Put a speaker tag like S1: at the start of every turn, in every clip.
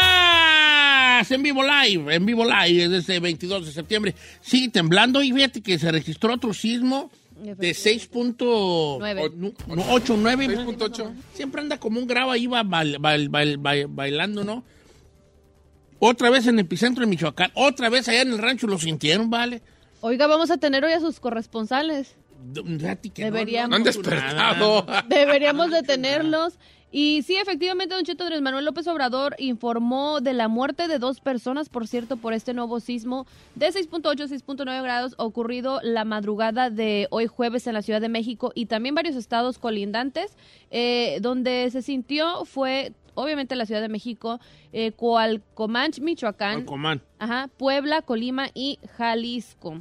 S1: días! En vivo live, en vivo live, desde este 22 de septiembre. Sigue temblando y fíjate que se registró otro sismo de 6.89. 6.8. Siempre anda como un grava ahí va bail- bail- bail- bail- bailando, ¿no? Otra vez en el epicentro de Michoacán, otra vez allá en el rancho lo sintieron, ¿vale?
S2: Oiga, vamos a tener hoy a sus corresponsales.
S1: D- fíjate que no,
S2: Deberíamos.
S1: no
S3: han
S1: noto nada.
S3: despertado.
S1: Ah,
S2: Deberíamos de tenerlos. Y sí, efectivamente, Don Cheto Andrés Manuel López Obrador informó de la muerte de dos personas, por cierto, por este nuevo sismo de 6.8 6.9 grados ocurrido la madrugada de hoy jueves en la Ciudad de México y también varios estados colindantes. eh, donde se sintió fue, obviamente, la Ciudad de México, eh, Coalcomanch, Michoacán,
S1: Alcomán.
S2: Ajá, Puebla, Colima y Jalisco.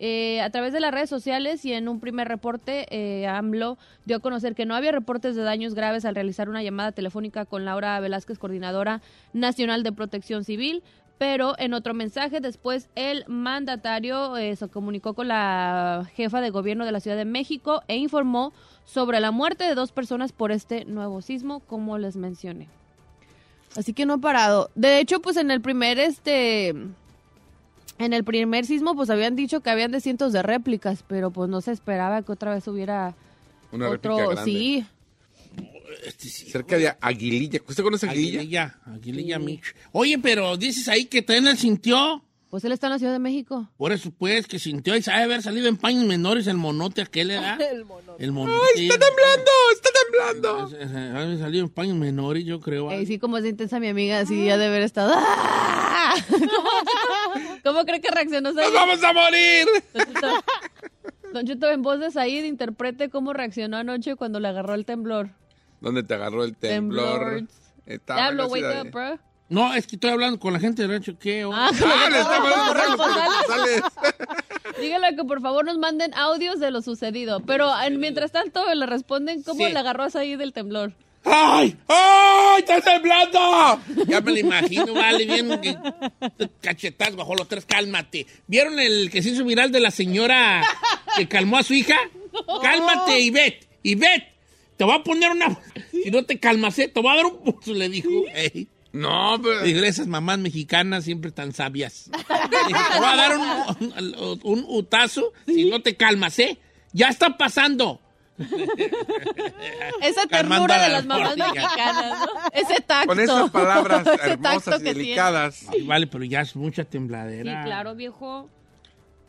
S2: Eh, a través de las redes sociales y en un primer reporte, eh, AMLO dio a conocer que no había reportes de daños graves al realizar una llamada telefónica con Laura Velázquez, coordinadora nacional de protección civil. Pero en otro mensaje, después el mandatario eh, se comunicó con la jefa de gobierno de la Ciudad de México e informó sobre la muerte de dos personas por este nuevo sismo, como les mencioné. Así que no ha parado. De hecho, pues en el primer este en el primer sismo pues habían dicho que habían de cientos de réplicas, pero pues no se esperaba que otra vez hubiera
S3: Una
S2: otro,
S3: réplica grande.
S2: sí.
S1: Este sí.
S3: Cerca de Aguililla. ¿Usted conoce Aguililla?
S1: Aguililla, Aguililla
S2: Sí.
S1: Mich. Oye, pero dices ahí que también la sintió.
S2: Pues él está en la Ciudad de México.
S1: Por eso, pues, que sintió y sabe haber salido en paños menores el monote aquel, ¿verdad? El monote. El monote. ¡Ay, está
S3: ¡Temblando! ¡Está temblando!
S1: Haber salido en paños menores, yo creo.
S2: Eh, sí, como es de intensa mi amiga, así ya de haber estado. ¡Ah! ¿Cómo cree que reaccionó
S3: ¡Nos
S2: Said?
S3: vamos a morir!
S2: Don Cheto, en voz de Said, interprete cómo reaccionó anoche cuando le agarró el temblor.
S3: ¿Dónde te agarró el temblor?
S2: Temblor.
S3: Estaba
S2: Te hablo,
S3: en la
S2: wake
S3: ciudad
S2: up,
S3: de-
S2: bro.
S1: No, es que estoy hablando con la gente del rancho, ¿qué? Oh.
S2: Ah,
S3: ¡Ah, le estamos
S2: Correcto,
S3: correcto, González!
S2: Dígale que por favor nos manden audios de lo sucedido. Pero en- mientras tanto le responden cómo
S1: Sí.
S2: le agarró a Said del temblor.
S1: ¡Ay! ¡Ay! ¡Está temblando! Ya me lo imagino, vale, bien que cachetás bajo los tres, cálmate. ¿Vieron el que se hizo viral de la señora que calmó a su hija? Oh.
S2: Oh.
S1: Cálmate, Ivette, Ivette, te voy a poner una... Si no te calmas, eh, te voy a dar un pulso, le dijo. Ey.
S3: No, pero...
S1: Digo, esas mamás mexicanas siempre tan sabias. Dijo, te voy a dar un, un- un utazo si no te calmas, ¿eh? Ya está pasando.
S2: Esa
S1: Calmando
S2: ternura
S1: a
S2: de
S1: la
S2: las mamás
S1: hormiga.
S2: mexicanas, ¿no? Ese tacto.
S3: Con esas palabras
S2: Ese
S3: hermosas
S2: tacto
S3: y
S2: que tiene.
S3: delicadas.
S1: Ay, vale, pero ya es mucha
S2: Sí,
S1: tembladera.
S2: claro, viejo.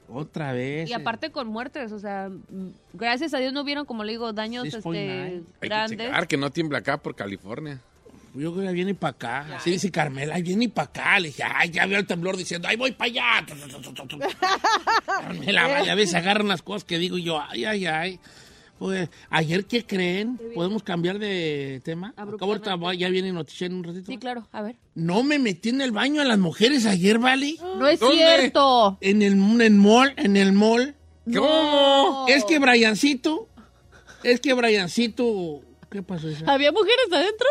S1: Otra vez. eh.
S2: Y aparte con muertes, o sea, mm, gracias a Dios no vieron, como le digo, daños
S1: 6.9.
S2: este,
S3: Hay que
S2: grandes.
S3: checar que no tiembla acá por California.
S1: Yo creo que ya viene para acá. Así dice Carmela, ahí viene para acá. Le dije, ay, ya veo el temblor diciendo, ay, voy para allá. Carmela, vaya, a veces agarran las cosas que digo yo, ay, ay, ay. Pues, ayer, ¿qué creen? ¿Podemos cambiar de tema? Acabo ahorita, va- ya viene noticia en un ratito.
S2: Sí, claro, a ver.
S1: No me metí en el baño a las mujeres ayer, ¿vale?
S2: No es
S3: ¿Dónde?
S2: cierto.
S1: En el, en el mall, en el mall.
S3: ¿Cómo?
S1: Es que Briancito, es que Briancito, ¿qué pasó? Isa?
S2: ¿Había mujeres adentro?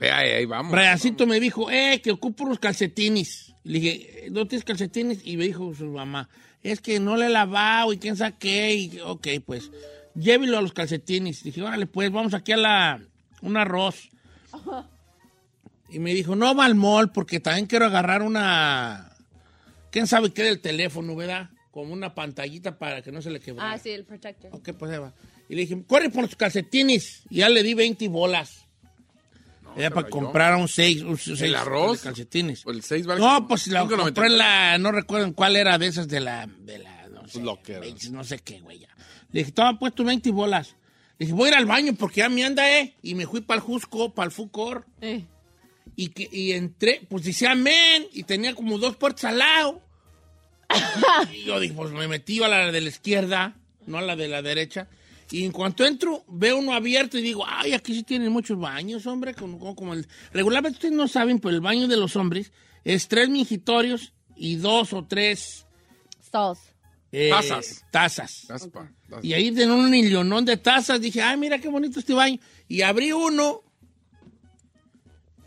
S3: Ve, ahí, ahí vamos.
S1: Briancito me dijo, eh, que ocupo unos calcetines. Le dije, ¿no tienes calcetines? Y me dijo su mamá, es que no le he lavado y quién saqué. Y, ok, pues, llévelo a los calcetines. Dije, órale, pues, vamos aquí a la, un arroz. Y me dijo, no va al mall porque también quiero agarrar una... ¿Quién sabe qué del teléfono, verdad? Como una pantallita para que no se le quebrara.
S2: Ah, sí, el protector.
S1: Ok, pues ahí va. Y le dije, corre por tus calcetines. Y ya le di 20 bolas. Era para
S3: yo.
S1: comprar un 6, un seis
S3: ¿El arroz?
S1: de calcetines.
S3: O el seis vale
S1: No,
S3: como
S1: pues la
S3: 5.99.
S1: compré en la, no recuerdo en cuál era de esas de la, de la, no sé,
S3: Locker.
S1: 20, no sé qué, güey, ya. Le dije, toma pues tus 20 bolas. Le dije, voy a ir al baño porque ya me anda, eh. Y me fui para el Jusco, para el Fucor.
S2: Eh.
S1: Y, que, y entré, pues decía amén, y tenía como dos puertas al lado. y yo dije, pues me metí a la de la izquierda, no a la de la derecha. Y en cuanto entro, veo uno abierto y digo, ay, aquí sí tienen muchos baños, hombre. Como, como- como el... Regularmente ustedes no saben, pero el baño de los hombres es tres mingitorios y dos o tres
S2: Stalls.
S1: eh,
S3: Tazas.
S1: tazas.
S3: Caspa.
S1: Y ahí de un millonón de tazas dije, ay, mira qué bonito este baño. Y abrí uno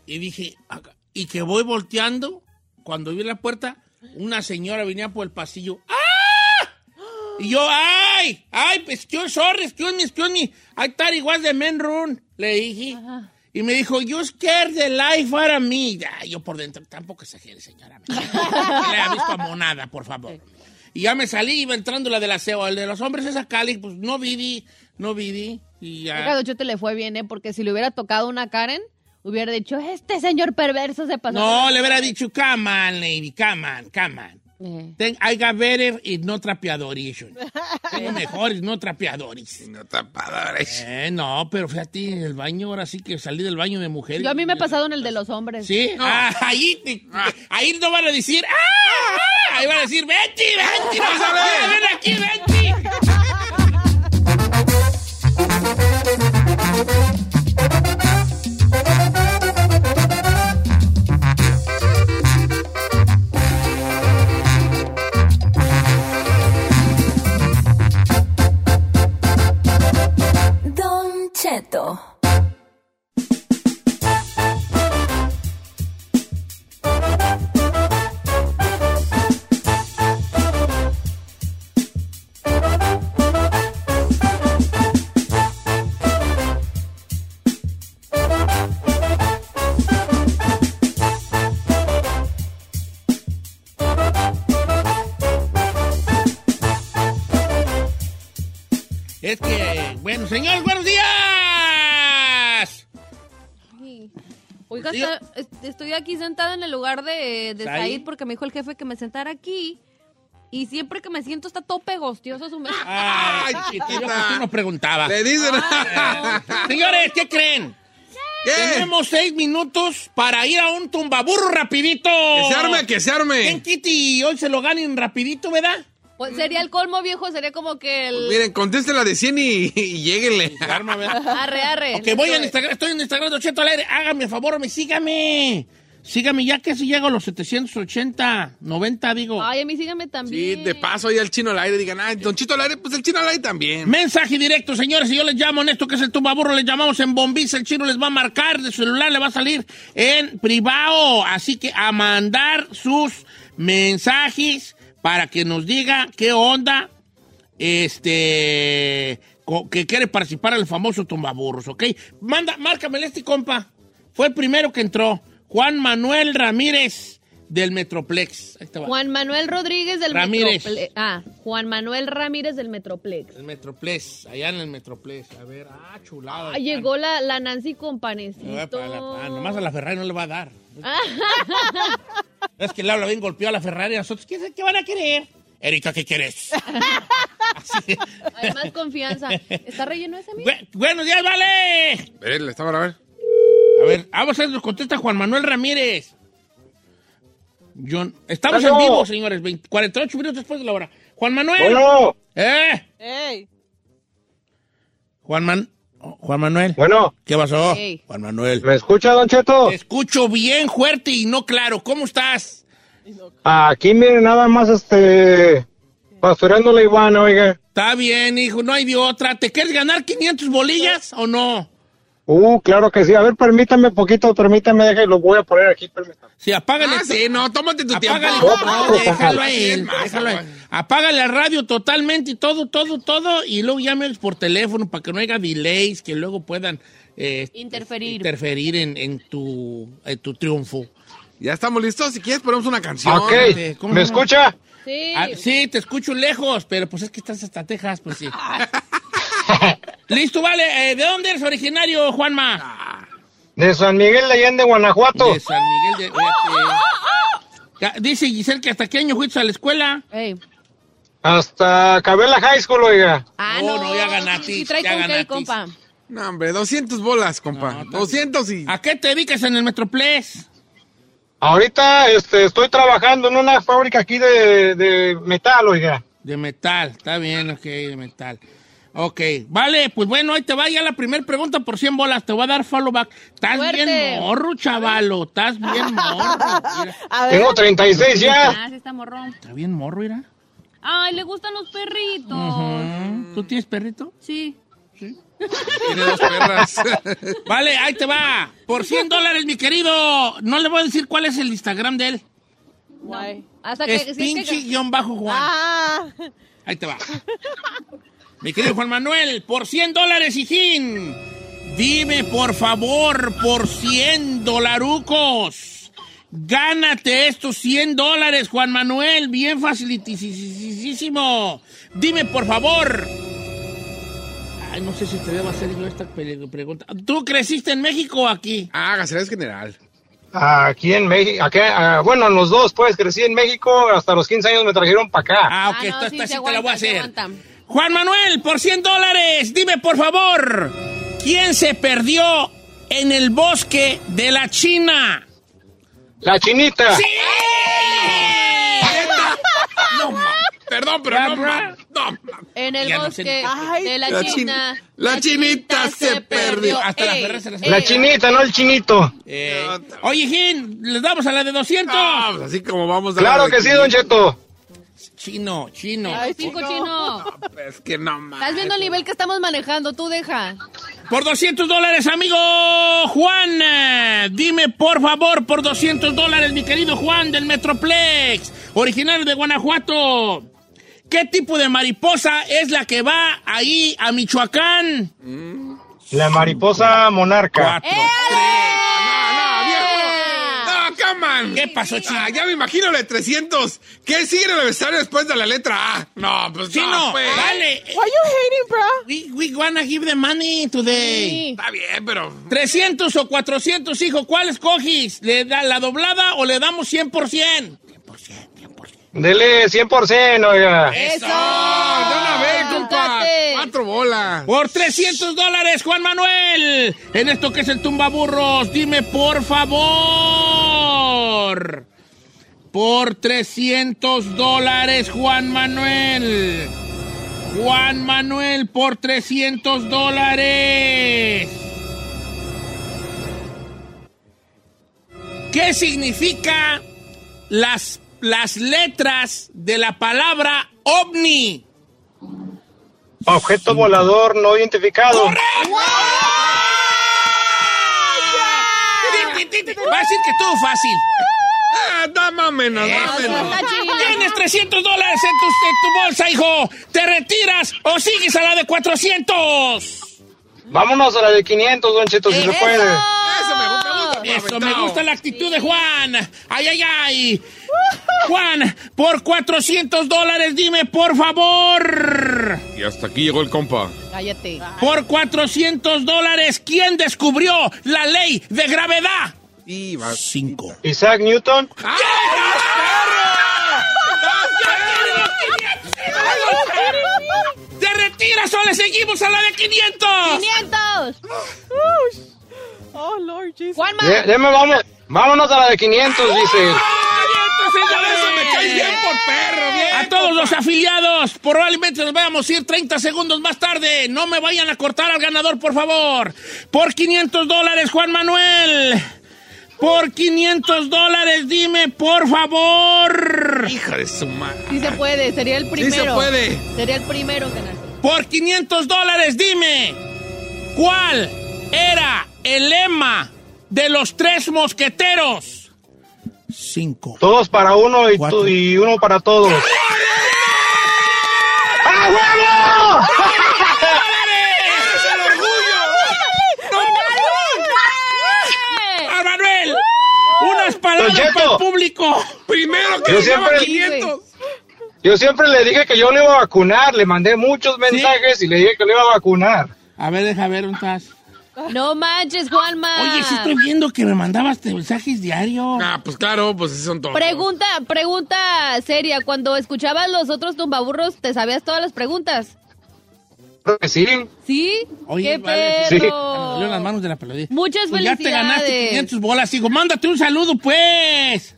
S1: y dije, "Acá". y que voy volteando, cuando vi la puerta, una señora venía por el pasillo. ¡Ah! Y yo, ay, ay, pues yo, sorry, excuse me, excuse me. I thought it was the men room, le dije. Y me dijo, you scared the life out of me. Ya, yo por dentro, tampoco exagere, señora. Que le ha visto a monada, por favor. Y ya me salí, iba entrando la de la CEO. El de los hombres esa Cali, pues no viví, no viví. Y
S2: Oiga,
S1: ya.
S2: Don Cheto le fue bien, ¿eh? Porque si le hubiera tocado una Karen, hubiera dicho, este señor perverso se pasó.
S1: No, le hubiera dicho, come on, lady, come on, come on.
S2: Eh.
S1: Ten- I got better y no trapeadores.
S2: Eh.
S1: Tengo mejores, no trapeadores.
S3: No tapadores.
S1: Eh, no, pero fíjate, el baño, ahora sí que salí del baño de mujer.
S2: Yo a mí me ha pasado en el de los hombres.
S1: Sí, Ah, ahí, te- ahí no van a decir, ¡ah! ah", Ahí van a decir, ¡Betty, Betty! ¡Vamos a ver! ¡Ven aquí, Betty!
S4: Don Cheto.
S1: Es que, bueno, señores, buenos días.
S2: Ay. Oiga,
S1: Diga.
S2: está- est- estoy aquí sentada en el lugar de, de
S1: ¿Said?
S2: Said porque me dijo el jefe que me sentara aquí. Y siempre que me siento está tope gostioso su mesa.
S1: Ah. Ay, chiquita. Yo que tú nos preguntaba.
S3: Le dicen.
S1: Señores, ¿qué creen?
S3: ¿Qué?
S1: Tenemos seis minutos para ir a un tumbaburro rapidito.
S3: Que se arme, que se
S1: ¿Quién
S3: arme.
S1: Kitty hoy se lo ganen rapidito, verdad?
S2: Pues sería el colmo, viejo, sería como que
S1: Pues
S2: el...
S3: Miren, contéstela de 100 y, y lléguenle.
S1: Se arma, ¿verdad?
S2: Arre, arre.
S1: Ok, voy en Instagram, estoy en Instagram de Ocheto al aire. Hágame favor, me sígame. Sígame, ya que si llego a los 780, 90, digo.
S2: Ay, a mí síganme también.
S3: Sí, de paso ahí al chino al aire. Digan, ay, Don Chito al aire, pues el chino al aire también.
S1: Mensaje directo, señores. Si yo les llamo en esto que es el tumbaburro, les llamamos en bombiza. El chino les va a marcar de su celular, le va a salir en privado. Así que a mandar sus mensajes para que nos diga qué onda. Este. co- Que quiere participar en el famoso tumbaburros, ¿ok? Manda, márcamele este compa. Fue el primero que entró. Juan Manuel Ramírez del Metroplex. Ahí te va.
S2: Juan Manuel Rodríguez del
S1: Ramírez.
S2: Metrople- Ah, Juan Manuel Ramírez del Metroplex.
S1: El Metroplex, allá en el Metroplex. A ver, ah, chulada.
S2: Ah, llegó la, la Nancy con
S1: No,
S2: panecito.
S1: para la- ah, nomás a la Ferrari no le va a dar. es que le habla bien golpeado a la Ferrari. y A nosotros, ¿qué, qué van a querer? Erika, ¿qué quieres? Así.
S2: Hay más confianza. ¿Está relleno ese mío?
S1: Bu- Buenos días, vale.
S3: A ver, le estaba a ver.
S1: A ver, ah, vamos a ver, nos contesta Juan Manuel Ramírez. John, estamos en vivo, señores. 20 48 minutos después de la hora. Juan Manuel.
S5: Bueno,
S1: ¿Eh?
S6: ¡Ey!
S1: Juan, Man- oh, Juan Manuel.
S5: bueno,
S1: ¿Qué pasó?
S2: Ey.
S1: Juan Manuel.
S5: ¿me escucha, Don Cheto?
S1: Te escucho bien fuerte y no claro. ¿Cómo estás?
S5: Aquí, mire, nada más, este, pastoreando la Ivana, oiga.
S1: Está bien, hijo, no hay de otra. ¿Te quieres ganar 500 bolillas o no?
S5: Uh, claro que sí. A ver, permítame poquito, permítame, deja y lo voy a poner aquí, permítame.
S1: Sí, apágale.
S3: Ah, sí, no, tómate tu tiempo.
S1: apágale.
S5: Ah,
S1: No, déjalo
S5: déjalo
S1: ahí, déjalo ahí. Apágale la radio totalmente y todo, todo, todo. Y luego llames por teléfono para que no haya delays, que luego puedan eh,
S2: Interferir.
S1: interferir en, en tu, en tu triunfo.
S3: Ya estamos listos. Si quieres, ponemos una canción. Este,
S5: Ok,
S1: hombre, ¿cómo
S5: ¿me
S1: no?
S5: escucha?
S2: Sí.
S1: Ah, sí, te escucho lejos, pero pues es que estás hasta Texas, pues sí. Listo, vale. Eh, ¿De dónde eres originario, Juanma?
S5: De San Miguel de Allende, Guanajuato.
S1: De San Miguel de... Oye, que- Ya, Dice Giselle que hasta qué año fuiste a la escuela.
S2: Ey.
S5: Hasta Cabela High School, oiga.
S2: Ah,
S1: No,
S2: no,
S1: no, ya ganatis,
S2: Sí, sí trae
S1: ya
S2: con qué el
S1: ganatis.
S2: compa.
S3: No, hombre, 200 bolas, compa. 200 y...
S1: ¿A qué te dedicas en el Metroplex?
S5: Ahorita este, estoy trabajando en una fábrica aquí de, de metal, oiga.
S1: De metal, está bien, ok, de metal. Ok, vale, pues bueno, ahí te va ya la primera pregunta por 100 bolas. Te voy a dar follow back. Estás
S2: Suerte.
S1: bien morro, chavalo. Estás bien morro. Mira,
S4: A ver,
S5: Tengo 36 ya.
S2: Ah, sí está morrón.
S1: Está bien morro, mira.
S2: Ay, le gustan los perritos.
S1: Mm, ¿Tú tienes perrito?
S2: Sí.
S3: Tiene dos perras.
S1: Vale, ahí te va. Por 100 dólares, mi querido. No le voy a decir cuál es el Instagram de él.
S4: guay.
S2: Hasta que...
S1: Es
S2: si es que-
S1: pinche-juan.
S4: Ah,
S1: Ahí te va. Mi querido Juan Manuel, por 100 dólares, hijín. Dime, por favor, por 100 dolarucos. Gánate estos 100 dólares, Juan Manuel. Bien facilitísimo. Dime, por favor. Ay, no sé si te debo hacer yo esta pe- pregunta. ¿Tú creciste en México o aquí?
S3: ah, Gaceres General.
S5: Aquí en México, acá, ah, bueno, los dos, pues crecí en México, hasta los 15 años me trajeron para acá.
S1: Ah, ok,
S2: Ah, no,
S1: esta,
S2: sí,
S1: esta
S2: se
S1: sí te la voy a
S2: aguanta, se
S1: hacer.
S2: aguanta.
S1: Juan Manuel, por 100 dólares, dime por favor, ¿quién se perdió en el bosque de la China?
S5: La chinita.
S1: ¡Sí! No, ma-
S3: Perdón, pero
S1: Ya,
S3: no,
S1: bro.
S3: ma- no, ma-
S2: En el
S1: Ya no sé
S2: bosque
S1: ni-
S4: Ay,
S2: de la,
S3: la chin-
S2: China.
S3: la chinita se perdió.
S1: Hasta la
S2: Ey,
S1: perra se la-
S5: La
S2: ey.
S5: chinita, no el chinito.
S1: Eh, oye, Jim, les damos a la de 200.
S3: Ah, pues así como vamos a
S5: Claro
S3: la de
S5: que sí, don Cheto.
S1: Chino, chino.
S4: Ay, sí,
S2: Cinco
S4: no.
S2: chino.
S3: Es que pues, no más.
S2: Estás viendo el nivel que estamos manejando, tú deja.
S1: Por 200 dólares, amigo Juan. eh, Dime, por favor, por 200 dólares, mi querido Juan del Metroplex, originario de Guanajuato. ¿Qué tipo de mariposa es la que va ahí a Michoacán?
S5: La mariposa monarca.
S1: Cuatro, Eh. tres.
S3: No, no, viejo. No, come on.
S1: ¿Qué pasó, chino?
S3: Ah, ya me imagino la de 300. ¿Qué sigue en el abecedario después de la letra A? No, pues
S1: Chino,
S3: no, pues.
S1: dale.
S4: why you hating, bro?
S1: Eh, We, we wanna give the money today.
S2: Sí.
S3: Está bien, pero...
S1: 300 o 400, hijo, ¿cuál escogis? ¿Le da la doblada o le damos 100%? 100%, 100%.
S5: Dele 100%, oiga.
S1: ¡Eso!
S3: Ah, de una vez, compa.
S2: Cántate.
S3: Cuatro bolas.
S1: Por 300 dólares, Juan Manuel. En esto que es el tumbaburros, dime por favor. Por 300 dólares, Juan Manuel. Juan Manuel, por 300 dólares. ¿Qué significa las, las letras de la palabra ovni?
S5: Objeto volador no identificado.
S1: Ti, ti, ti, ti. Va a decir que todo fácil.
S3: Ah, da más o menos, da
S1: Eso.
S3: menos.
S2: Está chila.
S1: Tienes 300 dólares en tu, en tu bolsa, hijo. ¿Te retiras o sigues a la de 400?
S5: Vámonos a la de 500, don Cheto,
S1: Eh,
S5: si se puede.
S3: Eso me gusta, me gusta.
S1: Eso, me
S3: Aventado.
S1: gusta la actitud de Juan. Ay, ay, ay. Juan, por 400 dólares, dime, por favor.
S3: Y hasta aquí llegó el compa.
S2: Cállate.
S1: Por 400 dólares, ¿quién descubrió la ley de gravedad?
S3: Y va.
S1: Cinco.
S5: Isaac Newton.
S1: ¡Te retiras o le seguimos a la de 500!
S2: 500.
S4: Oh, Lord Jesus.
S2: Juanma.
S5: Ya- ya me vamos. Vámonos a la de 500, dice.
S1: ¡500,
S3: Por
S1: señores!
S3: eso me caes bien por perro, bien.
S1: A todos los afiliados, probablemente nos vayamos a ir 30 segundos más tarde. No me vayan a cortar al ganador, por favor. Por 500 dólares, Juan Manuel. Por 500 dólares, dime, por favor.
S3: Hija de su madre.
S2: Sí se puede, sería el primero.
S3: se puede.
S2: Sería el primero en ganar.
S1: Por 500 dólares, dime, ¿cuál era el lema de los tres mosqueteros? Cinco.
S5: Todos para uno y,
S1: Cuatro.
S5: tú- y uno para todos. ¡A huevo!
S1: ¡Dólares!
S3: ¡Es el orgullo!
S1: ¡No campeón
S5: Cheto.
S1: público.
S3: Primero que
S5: Yo
S3: le lleva
S5: siempre-
S3: 500.
S5: Yo siempre le dije que yo le iba a vacunar, le mandé muchos mensajes y le dije que le iba a vacunar.
S1: A ver, deja ver, ¿dónde estás?
S2: No manches, Juanma.
S1: Oye, sí estoy viendo que me mandabas mensajes diarios.
S3: Ah, pues claro, pues sí son todos.
S2: Pregunta, pregunta seria. Cuando escuchabas los otros tumbaburros, ¿te sabías todas las preguntas?
S5: Creo que sí.
S2: ¿Sí?
S1: Oye,
S2: ¡Qué
S1: vale,
S5: sí.
S2: perro!
S1: Salió en las manos de la pelotita.
S2: Muchas
S1: Pues ya te ganaste
S2: felicidades.
S1: 500 bolas, hijo. Mándate un saludo, pues.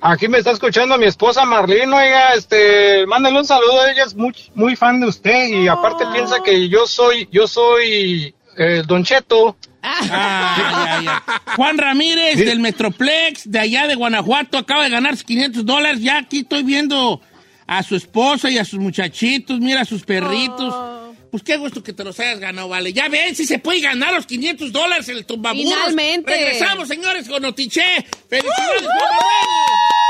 S5: Aquí me está escuchando mi esposa Marlene, oiga, este, mándale un saludo, ella es muy, muy fan de usted y aparte piensa que yo soy, yo soy eh, Don Cheto.
S1: Ah, ya, ya. Juan Ramírez del Metroplex, de allá de Guanajuato, acaba de ganarse 500 dólares. Ya aquí estoy viendo a su esposa y a sus muchachitos, mira a sus perritos.
S2: Oh.
S1: Pues qué gusto que te los hayas ganado, vale. Ya ven si se puede ganar los 500 dólares en el tumbaburros.
S2: Finalmente.
S1: Regresamos, señores, con Notiche. ¡Felicidades, Juan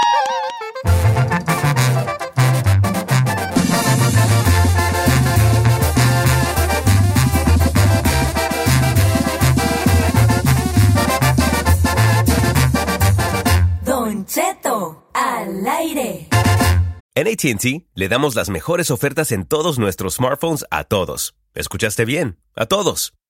S6: Don Cheto, al aire.
S7: En ATT le damos las mejores ofertas en todos nuestros smartphones a todos. ¿Escuchaste bien? A todos.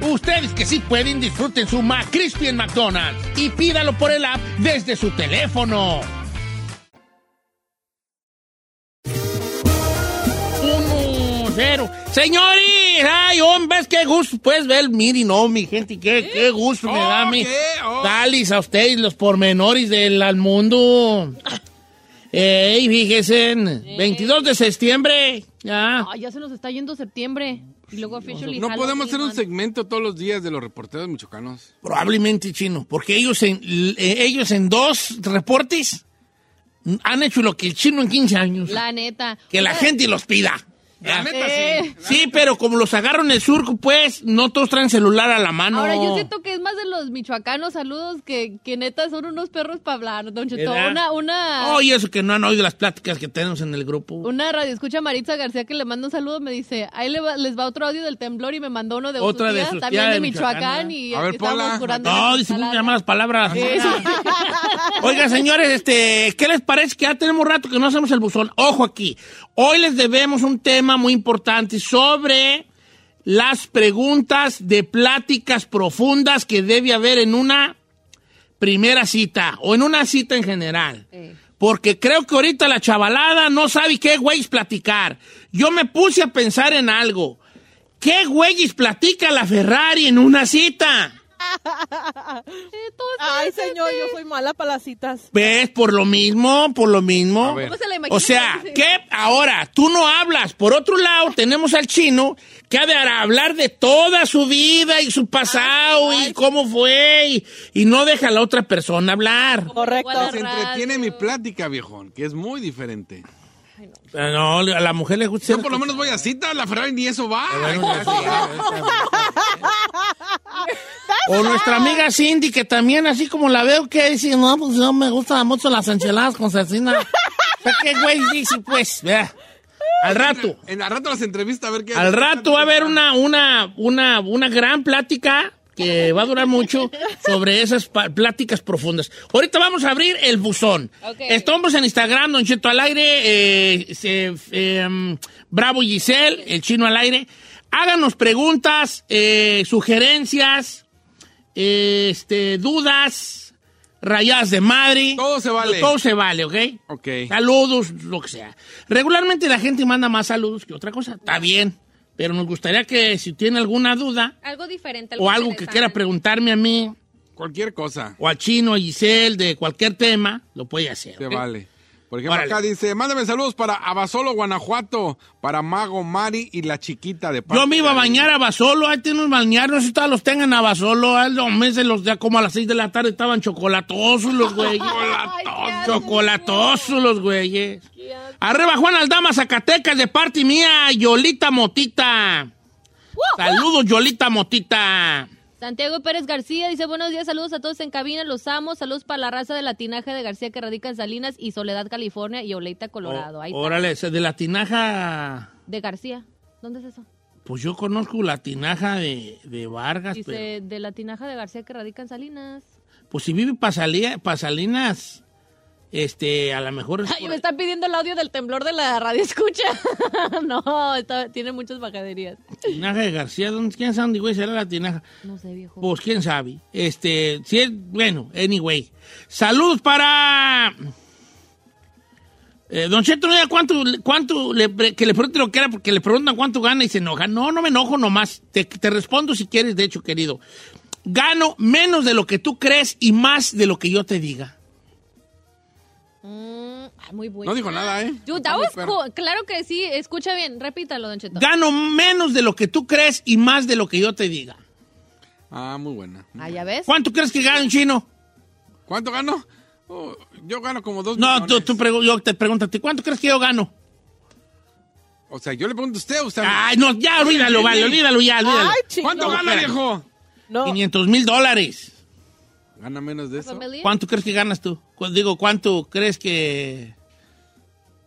S1: Ustedes que sí pueden, disfruten su McCrispy en McDonald's y pídalo por el app desde su teléfono. Uno, cero. Señores, ay, hombre, es qué gusto. Pues ver, mire, no, mi gente, qué, qué gusto me da a mí.
S3: Ok, oh.
S1: Dalis a ustedes los pormenores del al mundo. Ey, fíjense, 22 de septiembre, ya.
S2: Ay, Ah, ya se nos está yendo septiembre. Y luego officially
S3: No podemos hacer un
S2: Halloween,
S3: segmento todos los días de los reporteros michoacanos.
S1: Probablemente chino, porque ellos en, eh, ellos en dos reportes han hecho lo que el chino en 15 años.
S2: man. La neta.
S1: que la
S2: Oye,
S1: gente los pida.
S3: La
S1: Ya.
S3: neta
S2: Eh.
S3: sí.
S1: Sí, pero como los agarro en el surco, pues no todos traen celular a la mano.
S2: Ahora, yo siento que es más de los michoacanos saludos que, que neta son unos perros para hablar, Don Cheto.
S1: ¿Verdad?
S2: Una, una,
S1: Oye, eso que no han oído las pláticas que tenemos en el grupo.
S2: Ah. una radio escucha Maritza García que le manda un saludo, me dice, ahí le va- les va otro audio del temblor y me mandó uno de
S1: Otra de
S2: Usutia,
S1: sus
S2: también
S1: tías
S2: de
S1: de Michoacán, ¿eh?
S2: Michoacán
S1: ¿verdad?
S2: y
S3: A
S2: aquí
S3: ver,
S2: estábamos
S3: ponla.
S2: curando
S1: No,
S2: las
S1: dice muy
S2: ensaladas.
S1: malas palabras. Oigan, señores, este, ¿qué les parece que ya tenemos rato que no hacemos el buzón? Ojo aquí. Hoy les debemos un tema muy importante sobre las preguntas de pláticas profundas que debe haber en una primera cita o en una cita en general.
S2: Eh.
S1: Porque creo que ahorita la chavalada no sabe qué güeyes platicar. Yo me puse a pensar en algo. ¿Qué güeyes platica la Ferrari en una cita?
S4: Eh, Ay, señor, yo soy mala para las citas.
S1: ¿Ves? Por lo mismo, por lo mismo.
S3: A ver.
S2: ¿Cómo se la imagina?
S1: O sea,
S2: Dice,
S1: que ahora tú no hablas. Por otro lado, tenemos al chino que ha de hablar de toda su vida y su pasado y cómo fue y, y no deja a la otra persona hablar.
S4: Correcto.
S2: ¿Cuál
S3: Se
S2: radio?
S3: entretiene mi plática, viejón, que es muy diferente.
S1: Ah, No, a la mujer le gusta.
S3: Yo por lo menos voy a cita, la Ferrari ni eso va.
S1: O nuestra amiga Cindy, que también así como la veo que dice, no, pues no me gustan mucho las enchiladas con cecina. O sea, ¿Qué güey dice? Pues, vea. Al rato.
S3: En la rato las entrevistas a ver qué.
S1: Al rato va a haber una, una, una, una gran plática que va a durar mucho sobre esas pa- pláticas profundas. Ahorita vamos a abrir el buzón.
S2: Ok.
S1: Estamos en Instagram, Don Cheto al aire, eh, se- em, Bravo Giselle, el chino al aire. Háganos preguntas, eh, sugerencias, eh, este, dudas, rayas de madre.
S3: Todo se vale.
S1: Todo se vale, ¿ok?
S3: Ok.
S1: Saludos, lo que sea. Regularmente la gente manda más saludos que otra cosa. Está bien. Pero nos gustaría que si tiene alguna duda
S2: Algo diferente.
S1: o algo que quiera preguntarme a mí
S3: Cualquier cosa.
S1: o a Chino, Giselle, de cualquier tema, lo puede hacer.
S3: Te
S1: ¿ok?
S3: vale. Por ejemplo,
S1: Órale.
S3: acá dice, mándame saludos para Abasolo, Guanajuato, para Mago Mari y la chiquita de
S1: Yo me iba a bañar a Basolo, ahí tienen un bañar, no sé si todos los tengan a Basolo, a los meses, los ya como a las 6 de la tarde estaban chocolatosos los güeyes. chocolatosos los güeyes. Arriba Juan Aldama, Zacatecas, de parte mía, Yolita Motita. Saludos, Yolita Motita.
S2: Santiago Pérez García dice, buenos días, saludos a todos en cabina, los amo, saludos para la raza de la tinaja de García que radica en Salinas y Soledad, California y Oleita, Colorado. Ahí
S1: O-
S2: está.
S1: Órale, ese de la tinaja.
S2: De García. ¿Dónde es eso?
S1: Pues yo conozco la tinaja de, de Vargas,
S2: Dice, de la tinaja de García que radica en Salinas.
S1: pero. Pues si vive Pasalía, Pasalinas, este, a lo mejor. es
S2: Ay,
S1: por-
S2: me están pidiendo el audio del temblor de la radio escucha. no, está- tiene muchas bajaderías.
S1: Tinaja de García, ¿dónde- ¿quién sabe dónde güey, será la tinaja?
S2: No sé, viejo.
S1: Pues quién sabe. Este, si es, bueno, anyway. Salud para. Eh, don Cheto, no diga cuánto, cuánto le pre- que le pregunte lo que era, porque le preguntan cuánto gana y se enoja. No, no me enojo nomás. Te, te respondo si quieres, de hecho, querido. Gano menos de lo que tú crees y más de lo que yo te diga.
S2: Mm, ay, muy bueno.
S3: No dijo nada, ¿eh?
S2: Dude,
S3: Está
S2: that
S3: muy
S2: was
S3: perro.
S2: cool. Claro que sí, escucha bien, repítalo, Don Cheto.
S1: Gano menos de lo que tú crees y más de lo que yo te diga.
S3: Ah, muy buena.
S2: Ah, ya ves.
S1: ¿Cuánto crees que gano, chino?
S3: ¿Cuánto gano? Oh, yo gano como dos
S1: No, tú,
S3: millones.
S1: tú pregu- yo te pregunto, a ti, ¿cuánto crees que yo gano?
S3: O sea, yo le pregunto a usted, usted...
S1: Ay, no, ya, olvídalo, vale, olvídalo, ya, olvídalo.
S4: Ay, chino.
S3: ¿Cuánto
S1: no,
S3: gana,
S1: espérame.
S3: viejo?
S4: No.
S1: 500 mil dólares.
S3: Gana menos de eso.
S2: Familia.
S1: ¿Cuánto crees que ganas tú? Cu- Digo, ¿cuánto crees que...?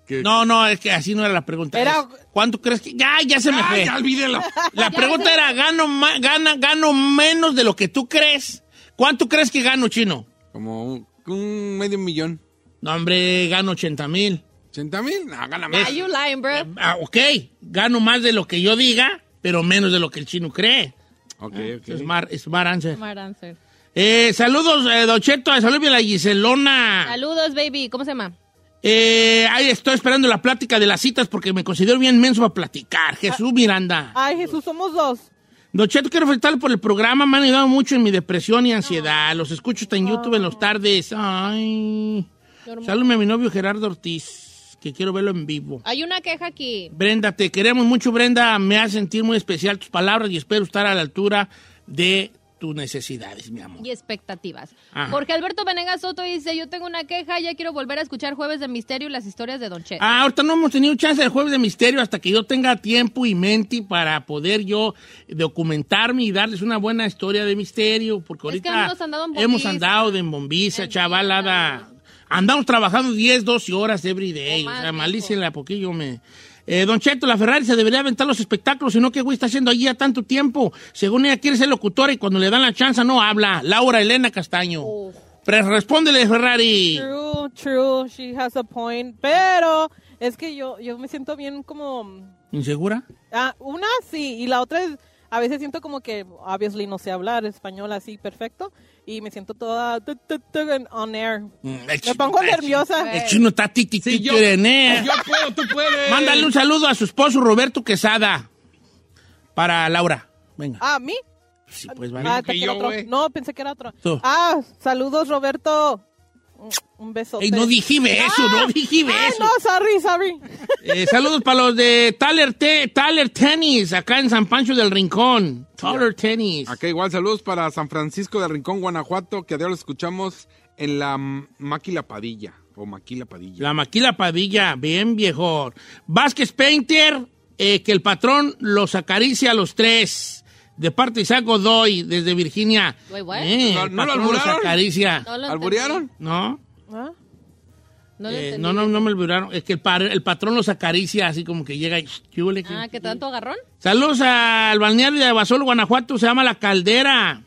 S3: Que-
S1: No, no, es que así no era la pregunta.
S4: Era-
S1: Es, ¿Cuánto crees que...? Ya, ya se me
S3: ¡Ah,
S1: fue.
S3: ya olvídelo!
S1: La pregunta era, ¿gano, ma- gana, ¿gano menos de lo que tú crees? ¿Cuánto crees que gano, Chino?
S3: Como un, un medio millón.
S1: No, hombre, gano 80 mil.
S3: ¿80 mil? No, gana
S2: Ah,
S3: más.
S2: you lying, bro.
S1: Ah, ok, gano más de lo que yo diga, pero menos de lo que el chino cree. Ah,
S3: Ok, ok.
S1: Es Smart, smart answer.
S2: Smart answer.
S1: Eh, saludos, eh, Don Cheto, saludos a la
S3: Ah.
S1: Giselona.
S2: Saludos, baby. ¿Cómo se llama?
S1: Eh, ahí estoy esperando la plática de las citas porque me considero bien menso para platicar. Jesús Miranda.
S4: Ay, Jesús, Pues somos dos.
S1: Don Cheto, quiero felicitarle por el programa. Me han ayudado mucho en mi depresión y ansiedad. Los escucho hasta en YouTube en las tardes. Ay. Saludme a mi novio Gerardo Ortiz, que quiero verlo en vivo.
S2: Hay una queja aquí.
S1: Brenda, te queremos mucho, Brenda. Me hace sentir muy especial tus palabras y espero estar a la altura de tus necesidades, mi amor.
S2: y expectativas.
S3: Ah.
S1: Ajá.
S2: Porque Alberto Venegas Soto dice, yo tengo una queja, ya quiero volver a escuchar Jueves de Misterio y las historias de Don Cheto.
S1: Ah, ahorita no hemos tenido chance de Jueves de Misterio hasta que yo tenga tiempo y mente para poder yo documentarme y darles una buena historia de misterio, porque
S2: Es que
S1: ahorita
S2: hemos andado en bombiza.
S1: hemos andado de bombiza,
S2: En
S1: chavalada. Andamos trabajando 10, 12 horas every day.
S2: O
S1: O,
S2: más,
S1: sea,
S2: viejo.
S1: malícela, porque yo me... Eh, don Cheto, la Ferrari se debería aventar los espectáculos, sino que güey está haciendo allí a tanto tiempo. Según ella quiere ser locutora y cuando le dan la chance no habla. Laura Elena Castaño.
S2: Oh.
S1: Pero respóndele, Oh. Ferrari.
S4: True, true, she has a point. Pero es que yo, yo me siento bien como...
S1: ¿Insegura?
S4: Ah, una sí, y la otra es, a veces siento como que, obviously no sé hablar español así perfecto, y me siento toda tu, tu, tu, en- on air.
S1: Mm,
S4: Me pongo
S1: el chino-
S4: nerviosa.
S1: El chino está titi
S3: Si yo, si yo puedo, tú puedes.
S1: ¿eh? Mándale un saludo a su esposo Roberto Quesada. Para Laura. Venga.
S4: ¿A mí?
S1: Sí, pues
S4: Ah,
S1: vale.
S4: pensé
S3: que
S4: que era
S3: yo,
S4: otro.
S3: güey.
S4: No, pensé que era otro.
S1: Tú.
S4: Ah, saludos Roberto. Un- Un beso.
S1: Ey, no dije eso, no dije
S4: Ay,
S1: eso.
S4: no, sorry, sorry.
S1: Eh, saludos para los de Taller, Te- Taller Tennis, acá en San Pancho del Rincón. Taller Tennis.
S3: Acá igual, saludos para San Francisco del Rincón, Guanajuato, que a diario lo escuchamos en la M- Máquila Padilla. O Maquila Padilla.
S1: La Maquila Padilla, bien viejo. Vázquez Painter, eh, que el patrón los acaricia a los tres. De parte de Isaac Godoy, desde Virginia.
S2: Wait, what?
S1: Eh,
S3: ¿No-
S1: el
S3: no lo
S1: patrón los
S3: alburaron?
S1: acaricia.
S2: No lo entendí.
S3: ¿Alburearon?
S1: ¿No?
S4: Ah,
S2: No lo
S1: Eh,
S2: entendí.
S1: no, no, no me olvidaron. Es que el, par- el patrón los acaricia así como que llega y... ¿qué huele, qué?
S2: Ah, ¿qué tanto agarrón?
S1: Saludos al balneario de Basolo, Guanajuato. Se llama La Caldera.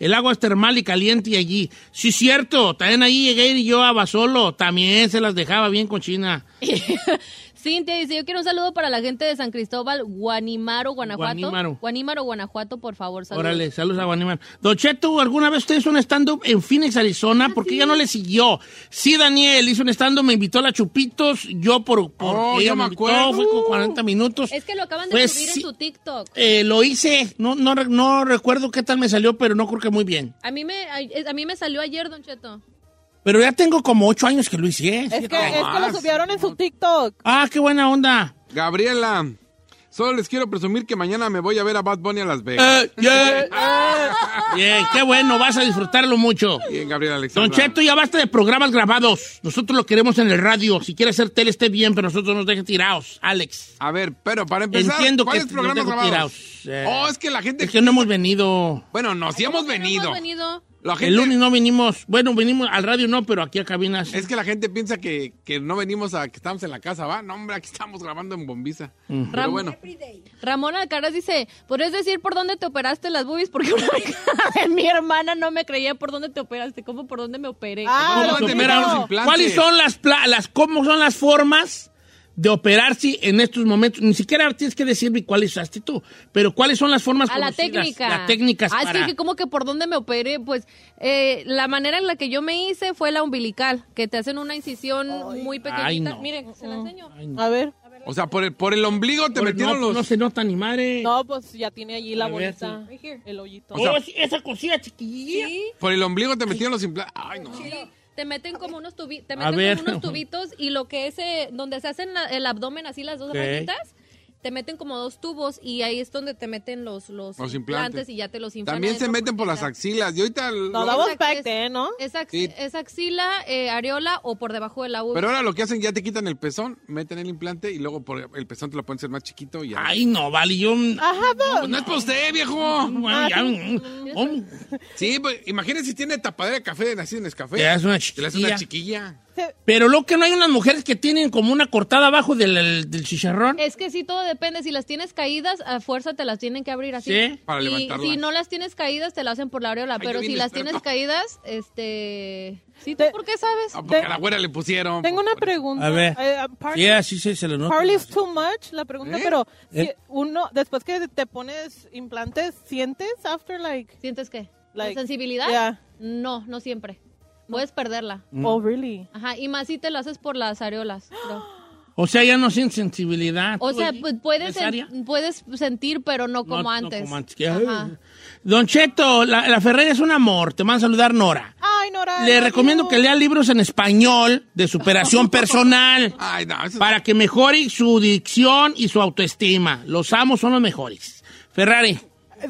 S1: El agua es termal y caliente y allí. Sí, cierto. También ahí llegué yo a Basolo. También se las dejaba bien con China.
S2: Cintia dice, yo quiero un saludo para la gente de San Cristóbal, Guanimaro, Guanajuato.
S1: Guanímaro.
S2: Guanímaro, Guanajuato, por favor, saludos.
S1: Órale, saludos a Guanimán. Don Cheto, ¿alguna vez usted hizo un stand-up en Phoenix, Arizona? porque ya no le siguió. Sí, Daniel, hizo un stand-up, me invitó a la Chupitos, yo por, por
S3: Oh, ya
S1: ella
S3: me
S1: me invitó,
S3: acuerdo.
S1: fue con 40 minutos.
S2: Es que lo acaban de
S1: Pues
S2: subir
S1: sí.
S2: en tu TikTok.
S1: Eh, lo hice, no, no, re- no recuerdo qué tal me salió, pero no creo que muy bien.
S2: A mí me, a, a mí me salió ayer, Don Cheto.
S1: Pero ya tengo como ocho años que lo hice. ¿eh?
S4: Es que,
S1: Siete.
S4: es que lo subieron en su TikTok.
S1: Ah, qué buena onda.
S3: Gabriela, solo les quiero presumir que mañana me voy a ver a Bad Bunny a Las Vegas.
S1: Eh, yeah.
S2: ¿Ah?
S1: Bien, qué bueno, vas a disfrutarlo mucho.
S3: Bien, Gabriela
S1: Don
S3: Alexandra.
S1: Cheto, ya basta de programas grabados. Nosotros lo queremos en el radio. Si quiere hacer tele, esté bien, pero nosotros nos dejen tirados. Alex.
S3: A ver, pero para empezar,
S1: Entiendo que
S3: ¿cuáles
S1: nos
S3: programas
S1: dejo
S3: grabados?
S1: tirados. Eh,
S3: oh, es que la gente...
S1: Es que no hemos venido.
S3: Bueno, no, sí hemos
S2: ¿Cómo que no
S3: venido.
S2: hemos venido?
S3: La gente...
S1: El lunes no venimos. Bueno, venimos al radio no, pero aquí a cabinas.
S3: Es que la gente piensa que, que no venimos a que estamos en la casa, ¿va? No, hombre, aquí estamos grabando en Bombiza. Pero
S2: Ram-
S3: bueno,
S2: Ramón Alcaraz dice, ¿podrías decir por dónde te operaste las boobies? Porque una vez mi hermana no me creía por dónde te operaste, ¿cómo por dónde me operé?
S4: Ah,
S3: ¿Cómo
S4: lo
S3: te operan
S4: dijo.
S3: los implantes?
S1: ¿Cuáles son las, pla- las cómo son las formas de operarse en estos momentos? Ni siquiera tienes que decirme cuáles usaste tú, pero cuáles son las formas
S2: A la
S1: conocidas,
S2: técnica.
S1: las técnicas
S2: Ah, es
S1: para-
S2: que como que por dónde me operé, pues eh, la manera en la que yo me hice fue la umbilical, que te hacen una incisión muy pequeñita.
S1: Ay, no. Mm.
S2: Miren, se la enseño.
S1: Ay, no.
S4: A ver.
S3: o sea, por el, por el ombligo te
S1: Por-
S3: metieron
S1: no,
S3: los...
S1: no se nota ni madre.
S4: No, pues ya tiene allí la
S1: A ver,
S4: bolita. El hoyito.
S1: Oh, es- esa cosilla chiquilla.
S2: Sí,
S3: Por el ombligo te metieron los implantes. Ay, no.
S2: sí. Te meten como unos, tubi- te
S1: A
S2: meten
S1: ver.
S2: como unos tubitos y lo que es eh, donde se hacen la- el abdomen así las dos
S1: Ok.
S2: rayitas, te meten como dos tubos y ahí es donde te meten los, los,
S3: Los implantes.
S2: y ya te los inflan.
S3: También se
S2: adentro
S3: meten por las
S2: porque
S3: axilas. Y ahorita... el-
S4: No, that was back then, ¿no?
S2: Es, ax-
S3: Sí.
S2: es axila, eh, areola o por debajo de la uva.
S3: Pero ahora lo que hacen, ya te quitan el pezón, meten el implante y luego por el pezón te lo pueden hacer más chiquito y ya.
S1: Ay, no, vale, yo...
S4: Ajá,
S3: Pues no es para usted, viejo.
S1: Ay, ya- mm, ¿Cómo?
S3: Sí, pues imagínese si tiene tapadera de café de nacido en Escafé.
S1: Te das una
S3: Te la hace una
S1: chiquilla.
S3: chiquilla.
S1: Pero lo que no hay unas mujeres que tienen como una cortada abajo del, del chicharrón.
S2: Es que sí, todo depende. Si las tienes caídas, a fuerza te las tienen que abrir así.
S1: Sí,
S3: para
S2: y
S3: levantarlas.
S2: si no las tienes caídas, te la hacen por la areola. pero
S3: yo
S2: si
S3: bien
S2: las
S3: experto.
S2: tienes caídas, este... ¿Sí, tú
S4: Te-
S2: por qué sabes?
S3: Ah, porque
S4: Te-
S3: a la güera le pusieron.
S4: Tengo una pregunta.
S1: A ver.
S4: Eh, uh, Parley-
S1: Sí, así se, se le nota.
S4: Parley's too much, la pregunta,
S3: ¿Eh?
S4: pero si
S1: ¿Eh?
S4: uno, después que te pones implantes, ¿sientes after like?
S2: ¿Sientes qué?
S4: Like-
S2: ¿La sensibilidad?
S4: Yeah.
S2: No, no siempre. Puedes perderla.
S1: Mm.
S4: Oh, really?
S2: Ajá, y más si te lo haces por las areolas. creo.
S1: O sea, ya no sin sensibilidad.
S2: O
S1: ¿Tú,
S2: sea,
S1: oye?
S2: pues, puedes, sen-
S1: ¿Necesaria?
S2: puedes sentir, pero no como
S1: No, no
S2: antes.
S1: como antes. que-
S2: Ajá.
S1: Don Cheto, la, la Ferreira es un amor. Te van a saludar Nora.
S4: Ay, Nora.
S1: Le
S4: love
S1: recomiendo
S4: you.
S1: que lea libros en español de superación personal
S3: Ay, no. eso-
S1: para que mejore su dicción y su autoestima. Los amos son los mejores. Ferrari,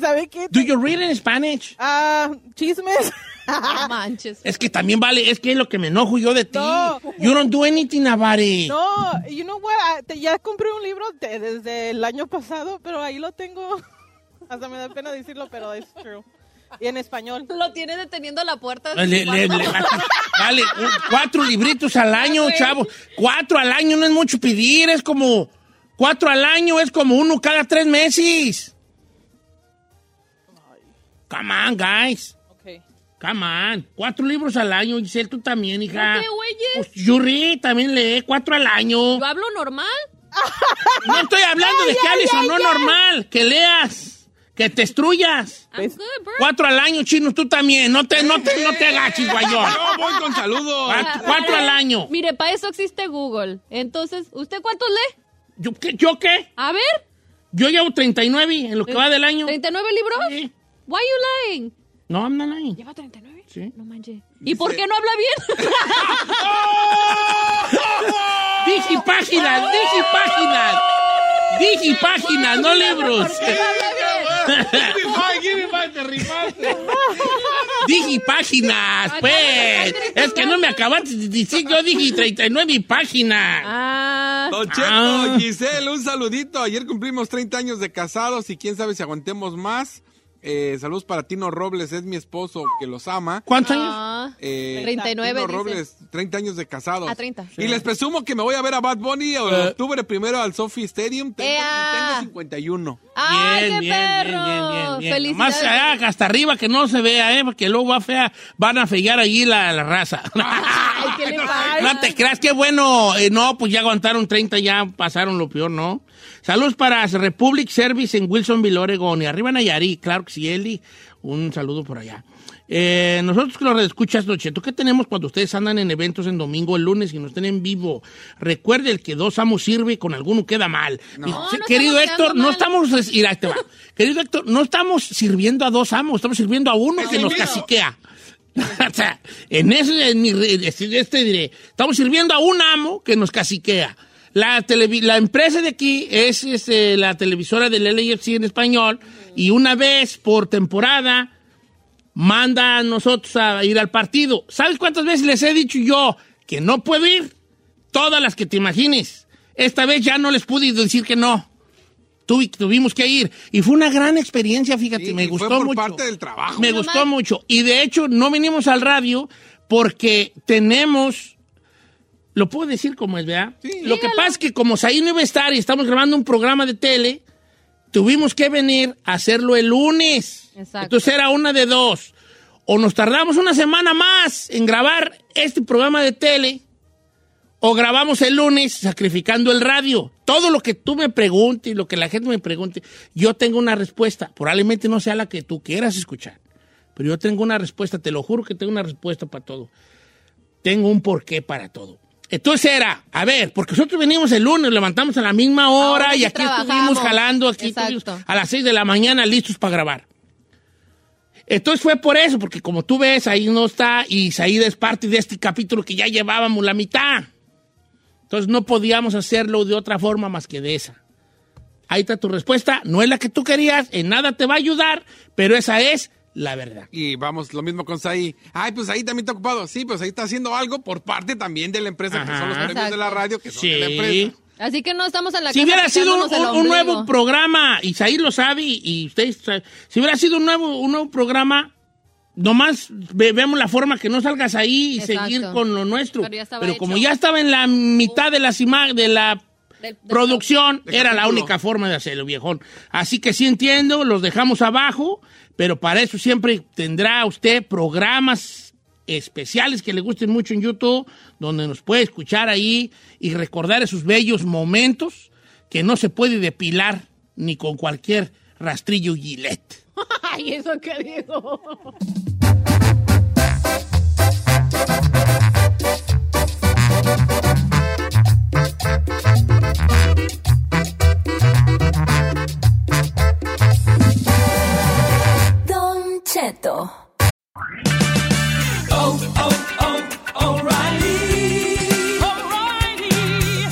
S4: ¿Sabe qué?
S1: ¿do you read in Spanish?
S4: Ah, chismes.
S2: No manches.
S1: Es que también vale, es que es lo que me enojo yo de ti.
S4: No.
S1: You don't do anything about it.
S4: no, you know what? ah, te- ya compré un libro de- desde el año pasado, pero ahí lo tengo. Hasta me da pena decirlo, pero es true. Y en español.
S2: Lo tienes deteniendo a la puerta. de
S1: Le-
S2: su
S1: le- le-
S2: cuarto.
S1: le- vale, un- cuatro libritos al año, chavo. Cuatro al año no es mucho pedir, es como cuatro al año, es como uno cada tres meses. Come on, guys.
S4: Okay.
S1: Come on. Cuatro libros al año, Giselle, tú también, hija.
S2: ¿Por qué, güeyes?
S1: Pues, Yuri también lee cuatro al año.
S2: ¿Yo hablo normal?
S1: No estoy hablando de que hables o no normal, que leas, que te estruyas.
S2: I'm good, bro.
S1: Cuatro al año, chino, tú también. No te, no te, no te agaches, guayón.
S3: Yo voy con saludos.
S1: Cuatro, cuatro al año.
S2: Mire, para eso existe Google. Entonces, ¿usted cuántos lee?
S1: ¿Yo qué? ¿Yo qué?
S2: A ver,
S1: Yo llevo 39 en lo que va del año.
S2: ¿39 libros?
S1: Sí.
S2: Why you lying?
S1: No, I'm not lying.
S2: ¿Lleva 39?
S1: Sí.
S2: No manches. ¿Y por qué no habla bien?
S1: Digi páginas, digi páginas. Digi páginas, no libros. Digi páginas, pues. Es que no me acabaste de decir, yo dije 39 páginas.
S2: ah,
S3: Don Cheto,
S1: Ah.
S3: Giselle, un saludito. Ayer cumplimos 30 años de casados y quién sabe si aguantemos más. Eh, saludos para Tino Robles, es mi esposo que los ama.
S1: ¿Cuántos años?
S2: ah.
S3: Eh,
S2: 39
S3: Tino
S2: dice.
S3: Robles, 30 años de casados.
S2: A 30.
S3: Y les presumo que me voy a ver a Bad Bunny en
S1: Eh.
S3: octubre primero al Sophie Stadium.
S2: Eh,
S3: Tengo,
S2: Ea.
S3: tengo 51.
S2: ¡Ay,
S1: Bien,
S2: qué
S1: bien,
S2: perro!
S1: Más
S2: Felicidades.
S1: allá, hasta arriba que no se vea, ¿eh? Porque luego va fea, van a fellar allí la, la raza.
S2: Ay, ¿Qué le pasa?
S1: No te creas, qué bueno. Eh, no, pues ya aguantaron 30, ya pasaron lo peor, ¿no? Saludos para Republic Service en Wilsonville, Oregon. Y arriba Nayarit, claro que sí, Eli. Un saludo por allá. Eh, nosotros que nos escuchas, Nocheto, ¿qué tenemos cuando ustedes andan en eventos en domingo, el lunes y nos tienen vivo? Recuerde el que dos amos sirve y con alguno queda mal. Mi-
S2: No,
S1: se-
S2: no
S1: querido
S2: estamos
S1: Héctor,
S2: quedando
S1: no
S2: mal.
S1: estamos. res- mira, ahí te va. querido Héctor, no estamos sirviendo a dos amos, estamos sirviendo a uno que nos caciquea. O sea, en ese, en mi re- en este diré, estamos sirviendo a un amo que nos caciquea. La, televi- la empresa de aquí es, este, la televisora del LFC en español y una vez por temporada manda a nosotros a ir al partido. ¿Sabes cuántas veces les he dicho yo que no puedo ir? Todas las que te imagines. Esta vez ya no les pude decir que no. Tuvi- tuvimos que ir. Y fue una gran experiencia, fíjate,
S3: Sí,
S1: me
S3: y fue
S1: gustó
S3: por
S1: mucho.
S3: parte del trabajo.
S1: Me
S2: Nomás-
S1: gustó mucho. Y de hecho, no vinimos al radio porque tenemos. Lo puedo decir como es, ¿verdad? Lo que pasa es que como Saí no iba a estar y estamos grabando un programa de tele, tuvimos que venir a hacerlo el lunes.
S2: Exacto.
S1: Entonces era una de dos. O nos tardamos una semana más en grabar este programa de tele, o grabamos el lunes sacrificando el radio. Todo lo que tú me preguntes, lo que la gente me pregunte, yo tengo una respuesta. Probablemente no sea la que tú quieras escuchar, pero yo tengo una respuesta, te lo juro que tengo una respuesta para todo. Tengo un porqué para todo. Entonces era, a ver, porque nosotros venimos el lunes, levantamos a la misma hora
S2: Ahora sí
S1: y aquí estuvimos
S2: trabajamos.
S1: jalando, aquí
S2: Exacto.
S1: estuvimos a las 6 de la mañana listos para grabar. Entonces fue por eso, porque como tú ves, ahí no está y Saída es parte de este capítulo que ya llevábamos la mitad. Entonces no podíamos hacerlo de otra forma más que de esa. Ahí está tu respuesta, no es la que tú querías, en nada te va a ayudar, pero esa es la verdad.
S3: Y vamos, lo mismo con Saí. Ay, pues ahí también está ocupado. Sí, pues ahí está haciendo algo por parte también de la empresa, que
S1: Ajá.
S3: son los premios
S2: Exacto.
S3: de la radio, que son
S1: Sí.
S3: de la empresa.
S2: Así que no estamos en la
S1: Si
S2: casa
S1: hubiera sido un,
S2: picándonos el
S1: un- un nuevo
S2: ombligo.
S1: programa, Isaí lo sabe y, y ustedes saben, si hubiera sido un nuevo, un nuevo programa, nomás ve- vemos la forma que no salgas ahí y
S2: Exacto.
S1: seguir con lo nuestro.
S2: Pero ya
S1: Pero,
S2: estaba hecho.
S1: como ya estaba en la mitad de, las ima- de la
S2: Del- del-
S1: producción,
S3: del
S1: era la
S3: capítulo.
S1: única forma de hacerlo, viejón. Así que sí entiendo, los dejamos abajo, pero para eso siempre tendrá usted programas especiales que le gusten mucho en YouTube, donde nos puede escuchar ahí y recordar esos bellos momentos que no se puede depilar ni con cualquier rastrillo Gillette.
S2: Ay, eso que digo.
S6: Don Cheto.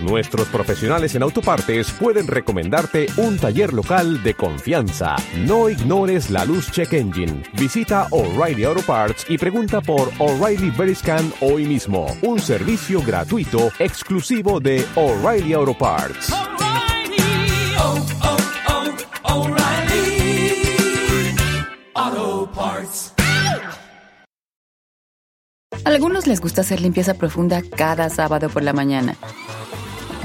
S7: nuestros profesionales en autopartes pueden recomendarte un taller local de confianza. No ignores la luz check engine. Visita O'Reilly Auto Parts y pregunta por O'Reilly Veriscan hoy mismo. Un servicio gratuito exclusivo de O'Reilly Auto Parts.
S8: Algunos les gusta hacer limpieza profunda cada sábado por la mañana.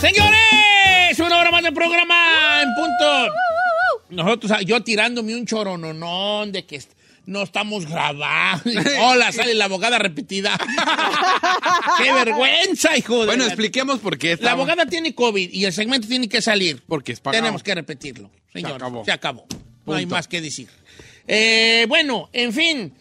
S1: Señores, una hora más de programa en punto. Nosotros, yo tirándome un chorononón de que est- no estamos grabando. Hola, sale la abogada repetida. ¡Qué vergüenza, hijo de
S3: Bueno,
S1: la-
S3: expliquemos por qué.
S1: La
S3: estaba-
S1: abogada tiene COVID y el segmento tiene que salir.
S3: Porque es pagado.
S1: Tenemos que repetirlo, señor.
S3: acabó.
S1: Se acabó. No hay más que decir. Eh, bueno, en fin,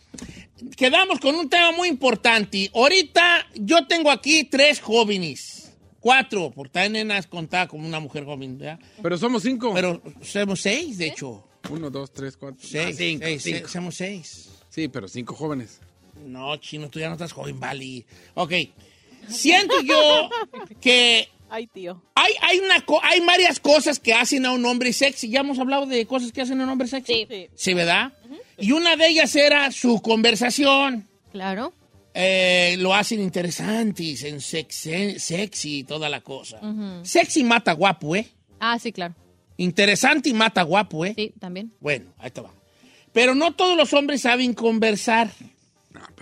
S1: quedamos con un tema muy importante. Ahorita yo tengo aquí tres jóvenes. Cuatro, porque hay nenas contadas como una mujer joven, ¿verdad?
S3: Pero somos cinco.
S1: Pero somos seis, de hecho.
S3: Uno, dos, tres, cuatro.
S1: Seis,
S3: Ah, cinco,
S1: seis,
S3: cinco.
S1: seis, somos seis.
S3: Sí, pero cinco jóvenes.
S1: No, chino, tú ya no estás joven, Bali. Ok. Siento yo que
S4: Ay, tío.
S1: hay, hay, una co- hay varias cosas que hacen a un hombre sexy. Ya hemos hablado de cosas que hacen a un hombre sexy.
S4: Sí.
S1: Sí, ¿verdad? Y una de ellas era su conversación.
S2: Claro.
S1: Eh, lo hacen interesante, y sen- sex- sen- sexy y toda la cosa. Sexy mata guapo, ¿eh?
S2: Ah, sí, claro.
S1: Interesante y mata guapo, ¿eh?
S2: Sí, también.
S1: Bueno, ahí te va. Pero no todos los hombres saben conversar.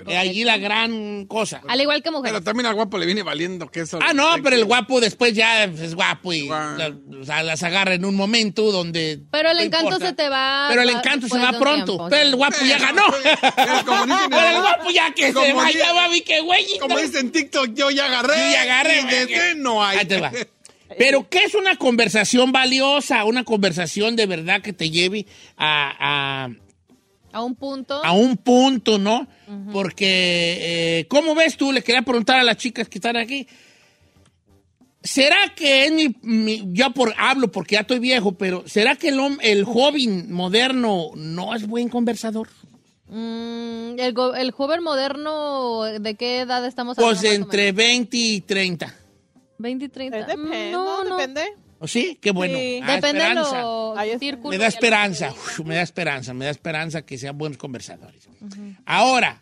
S1: Eh, allí la gran cosa.
S2: Al igual que mujeres.
S3: Pero también al guapo le viene valiendo queso.
S1: Ah, no, pero el guapo después ya es guapo y
S3: Guau.
S1: la- o sea, las agarra en un momento donde.
S2: Pero el
S1: no
S2: encanto
S1: importa.
S2: se te va-
S1: Pero el
S2: Ah, va-
S1: encanto se
S2: después
S1: va
S2: de un
S1: pronto.
S2: tiempo,
S1: pero
S2: sí.
S1: el guapo ya ganó.
S3: Pero como dicen-
S1: pero el guapo ya que se
S3: Como
S1: vaya,
S3: dice-
S1: babi, que güey.
S3: Como dicen en TikTok, yo ya agarré.
S1: Yo ya agarré,
S3: Y
S1: güey,
S3: de
S1: que-
S3: ese no hay.
S1: Ahí te va. Pero, ¿qué es una conversación valiosa? Una conversación de verdad que te lleve a, a-
S2: A un punto.
S1: a un punto, ¿no? Porque, eh, ¿cómo ves tú? Le quería preguntar a las chicas que están aquí. ¿Será que es mi, mi- ya por, hablo porque ya estoy viejo, pero ¿será que el, hom- el joven moderno no es buen conversador?
S2: Mm, el, go- el joven moderno, ¿de qué edad estamos hablando?
S1: Pues
S2: más o
S1: entre 20 y 30.
S2: menos? 20 y 30.
S4: Depende,
S2: Mm,
S4: no,
S2: no, no.
S4: depende.
S1: ¿O sí? Qué bueno.
S4: Sí.
S1: Ah,
S2: Depende de
S1: esperanza.
S2: los
S4: Ahí está.
S2: círculos.
S1: Me da esperanza, uf, me da esperanza, me da esperanza que sean buenos conversadores. Ahora,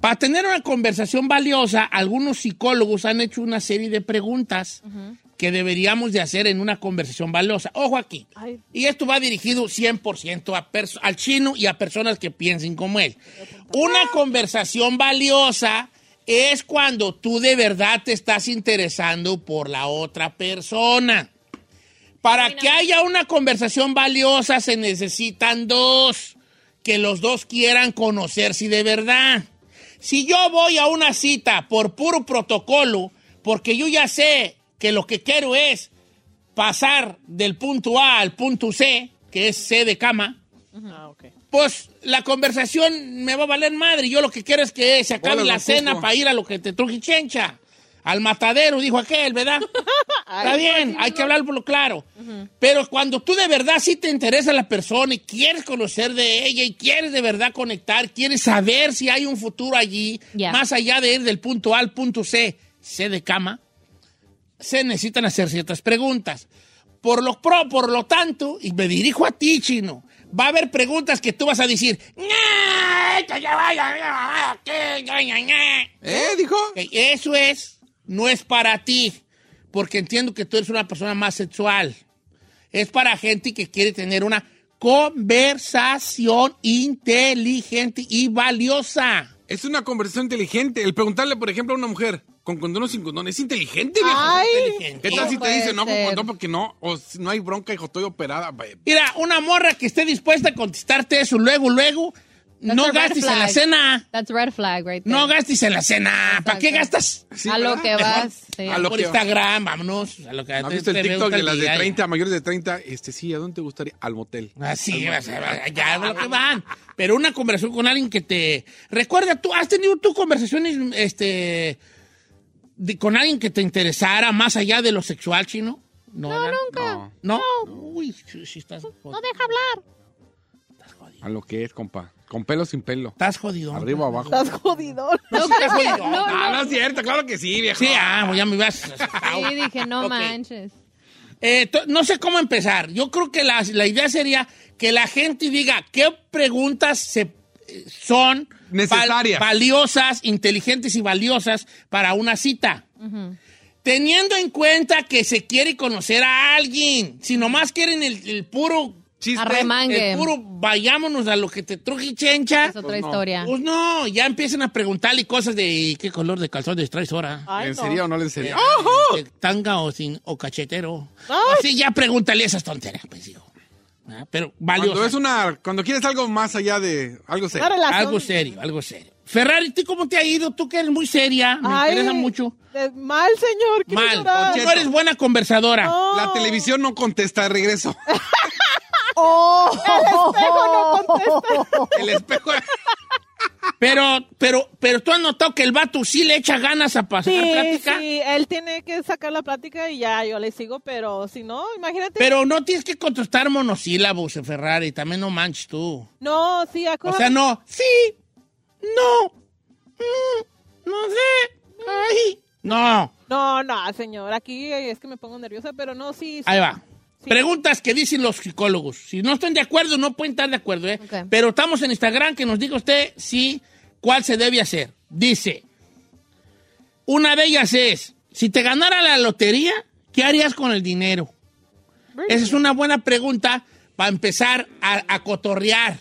S1: para tener una conversación valiosa, algunos psicólogos han hecho una serie de preguntas que deberíamos de hacer en una conversación valiosa. Ojo aquí.
S4: Ay.
S1: Y esto va dirigido 100% a perso- al chino y a personas que piensen como él. Una conversación valiosa es cuando tú de verdad te estás interesando por la otra persona. Para que haya una conversación valiosa se necesitan dos, que los dos quieran conocerse de verdad. Si yo voy a una cita por puro protocolo, porque yo ya sé que lo que quiero es pasar del punto A al punto C, que es C de cama,
S4: Ah, ok.
S1: pues la conversación me va a valer madre. Yo lo que quiero es que se acabe
S3: Hola,
S1: la
S3: don
S1: cena
S3: Cusco.
S1: para ir a lo que te truje chencha. Al matadero, dijo aquel, ¿verdad? Está bien, hay que hablar por lo claro. Pero cuando tú de verdad sí te interesa la persona y quieres conocer de ella y quieres de verdad conectar, quieres saber si hay un futuro allí,
S2: Ya.
S1: más allá de ir del punto A al punto C, C de cama, se necesitan hacer ciertas preguntas. Por lo, pro, por lo tanto, y me dirijo a ti, chino, va a haber preguntas que tú vas a decir. "Ña, que ya vaya, ya vaya, que ya vaya, ña".
S3: ¿Eh? Dijo.
S1: Ok, Eso es, no es para ti, porque entiendo que tú eres una persona más sexual. Es para gente que quiere tener una conversación inteligente y valiosa.
S3: Es una conversación inteligente. El preguntarle, por ejemplo, a una mujer con condón o sin condón es inteligente, viejo.
S4: Ay.
S1: Inteligente.
S3: ¿Qué tal si te
S2: Puede
S3: dice no con
S2: ser.
S3: condón porque no? O si no hay bronca, hijo, estoy operada. vaya.
S1: Mira, una morra que esté dispuesta a contestarte eso luego, luego,
S2: That's
S1: no
S2: a red
S1: gastes en la
S2: flag.
S1: cena.
S2: That's red flag right there.
S1: No gastes en la cena. ¿Para qué
S2: Exacto.
S1: gastas?
S3: Sí,
S2: a lo
S3: ¿verdad?
S2: que vas. sí.
S3: A lo
S1: Por
S3: que-
S1: Instagram, vámonos. A lo que
S3: ¿Has visto el
S1: te
S3: TikTok
S1: gusta
S3: de las de
S1: día, ya. Ah,
S3: 30, mayores de 30? Este, sí, ¿a dónde te gustaría? Al motel.
S1: Así, o sea, ya es lo que van. Pero una conversación con alguien que te. Recuerda, tú has tenido tus conversaciones este, de- con alguien que te interesara más allá de lo sexual, chino. No, nunca. No.
S3: No,
S1: Uy, si, si estás. jodido.
S2: No deja hablar.
S3: a lo que es, compa. Con pelo o sin pelo.
S1: Estás jodido.
S3: Arriba o abajo.
S4: Estás jodido.
S1: No, sí estás jodido.
S3: Ah, no es cierto, claro que sí, viejo.
S1: Sí, ah, pues ya me vas.
S2: Sí, dije, no
S1: Ok.
S2: manches.
S1: Eh, to- no sé cómo empezar. Yo creo que la, la idea sería que la gente diga qué preguntas se, eh, son
S3: Necesarias.
S1: val- valiosas, inteligentes y valiosas para una cita. Teniendo en cuenta que se quiere conocer a alguien. Si nomás quieren el, el puro,
S3: Chiste.
S2: Arremangue.
S1: el puro vayámonos a lo que te truje chencha.
S2: Es otra historia.
S1: Pues no, ya empiezan a preguntarle cosas de "¿Y qué color de calzones traes ahora.
S4: Ay,
S3: ¿En
S4: no.
S3: serio o no le serio?
S1: Eh, ¿Tanga o, sin, o cachetero?
S4: Ay.
S1: Así ya pregúntale esas tonterías, pues hijo. Ah, Pero
S3: Cuando
S1: valioso.
S3: es una. Cuando quieres algo más allá de. Algo
S4: Una
S3: serio.
S4: relación.
S1: Algo serio, algo serio. Ferrari, ¿tú cómo te ha ido? Tú que eres muy seria, me
S4: Ay,
S1: interesa mucho.
S4: de- mal, señor. quiero
S1: Mal,
S4: llorar.
S1: no eres buena conversadora.
S4: No.
S3: La televisión no contesta de regreso.
S4: ¡Oh! El espejo no contesta.
S1: El espejo. Pero, pero, pero tú has notado que el vato sí le echa ganas a pasar
S4: Sí,
S1: plática.
S4: sí, él tiene que sacar la plática y ya yo le sigo, pero si no, imagínate.
S1: Pero no tienes que contestar monosílabos, Ferrari. También no manches tú.
S4: no, sí,
S1: O
S4: acuérdate.
S1: sea, no. Sí. No. mm, no sé. Ay. No.
S4: No, no, señor, aquí es que me pongo nerviosa, pero no, sí. sí.
S1: Ahí va.
S4: Sí.
S1: Preguntas que dicen los psicólogos. Si no están de acuerdo, no pueden estar de acuerdo, ¿eh?
S2: Ok.
S1: Pero estamos en Instagram que nos diga usted si cuál se debe hacer. Dice, una de ellas es, si te ganara la lotería, ¿qué harías con el dinero? Esa es una buena pregunta para empezar a, a cotorrear.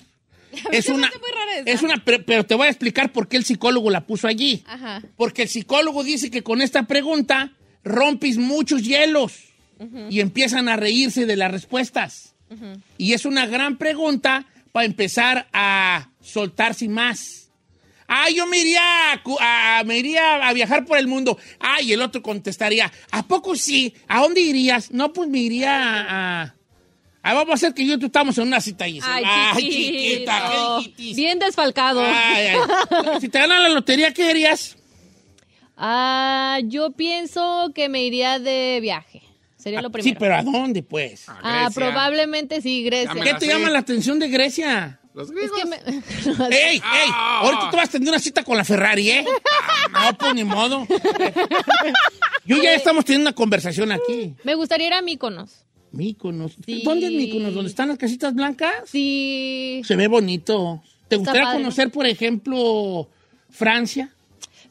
S1: Es
S2: se me
S1: una,
S2: hace muy rara esa.
S1: es una, pre- pero te voy a explicar por qué el psicólogo la puso allí.
S2: Ajá.
S1: Porque el psicólogo dice que con esta pregunta rompes muchos hielos y empiezan a reírse de las respuestas. Y es una gran pregunta para empezar a soltarse más. Ah, yo me iría, a, cu- a- me iría a viajar por el mundo. Ah, y el otro contestaría, ¿a poco sí? ¿A dónde irías? No, pues me iría a... a- Ah, vamos a hacer que yo y tú estamos en una cita, Ah, Giselle.
S2: Ay,
S1: chiquita,
S2: chiquito.
S1: qué chiquis.
S2: Bien desfalcado.
S1: Ay, ay. Si te ganan la lotería, ¿qué harías?
S2: Ah, yo pienso que me iría de viaje. Sería lo primero.
S1: Ah, Sí, pero ¿a dónde, pues?
S2: Ah,
S3: Grecia.
S2: probablemente sí, Grecia.
S3: Ya me
S1: ¿Qué
S3: la
S1: te
S3: sé.
S1: llama la atención de Grecia?
S3: Los
S2: Es
S3: griegos.
S2: que me-
S1: ¡Ey, ey!
S3: Ah.
S1: Ahorita tú vas a tener una cita con la Ferrari, ¿eh? No, pues ni modo. Yo ya estamos teniendo una conversación aquí.
S2: me gustaría ir a Míconos.
S1: Míconos.
S2: Sí.
S1: ¿Dónde es Míconos? ¿Dónde están las casitas blancas?
S2: Sí.
S1: Se ve bonito. ¿Te gustaría
S2: padre.
S1: conocer, por ejemplo, Francia?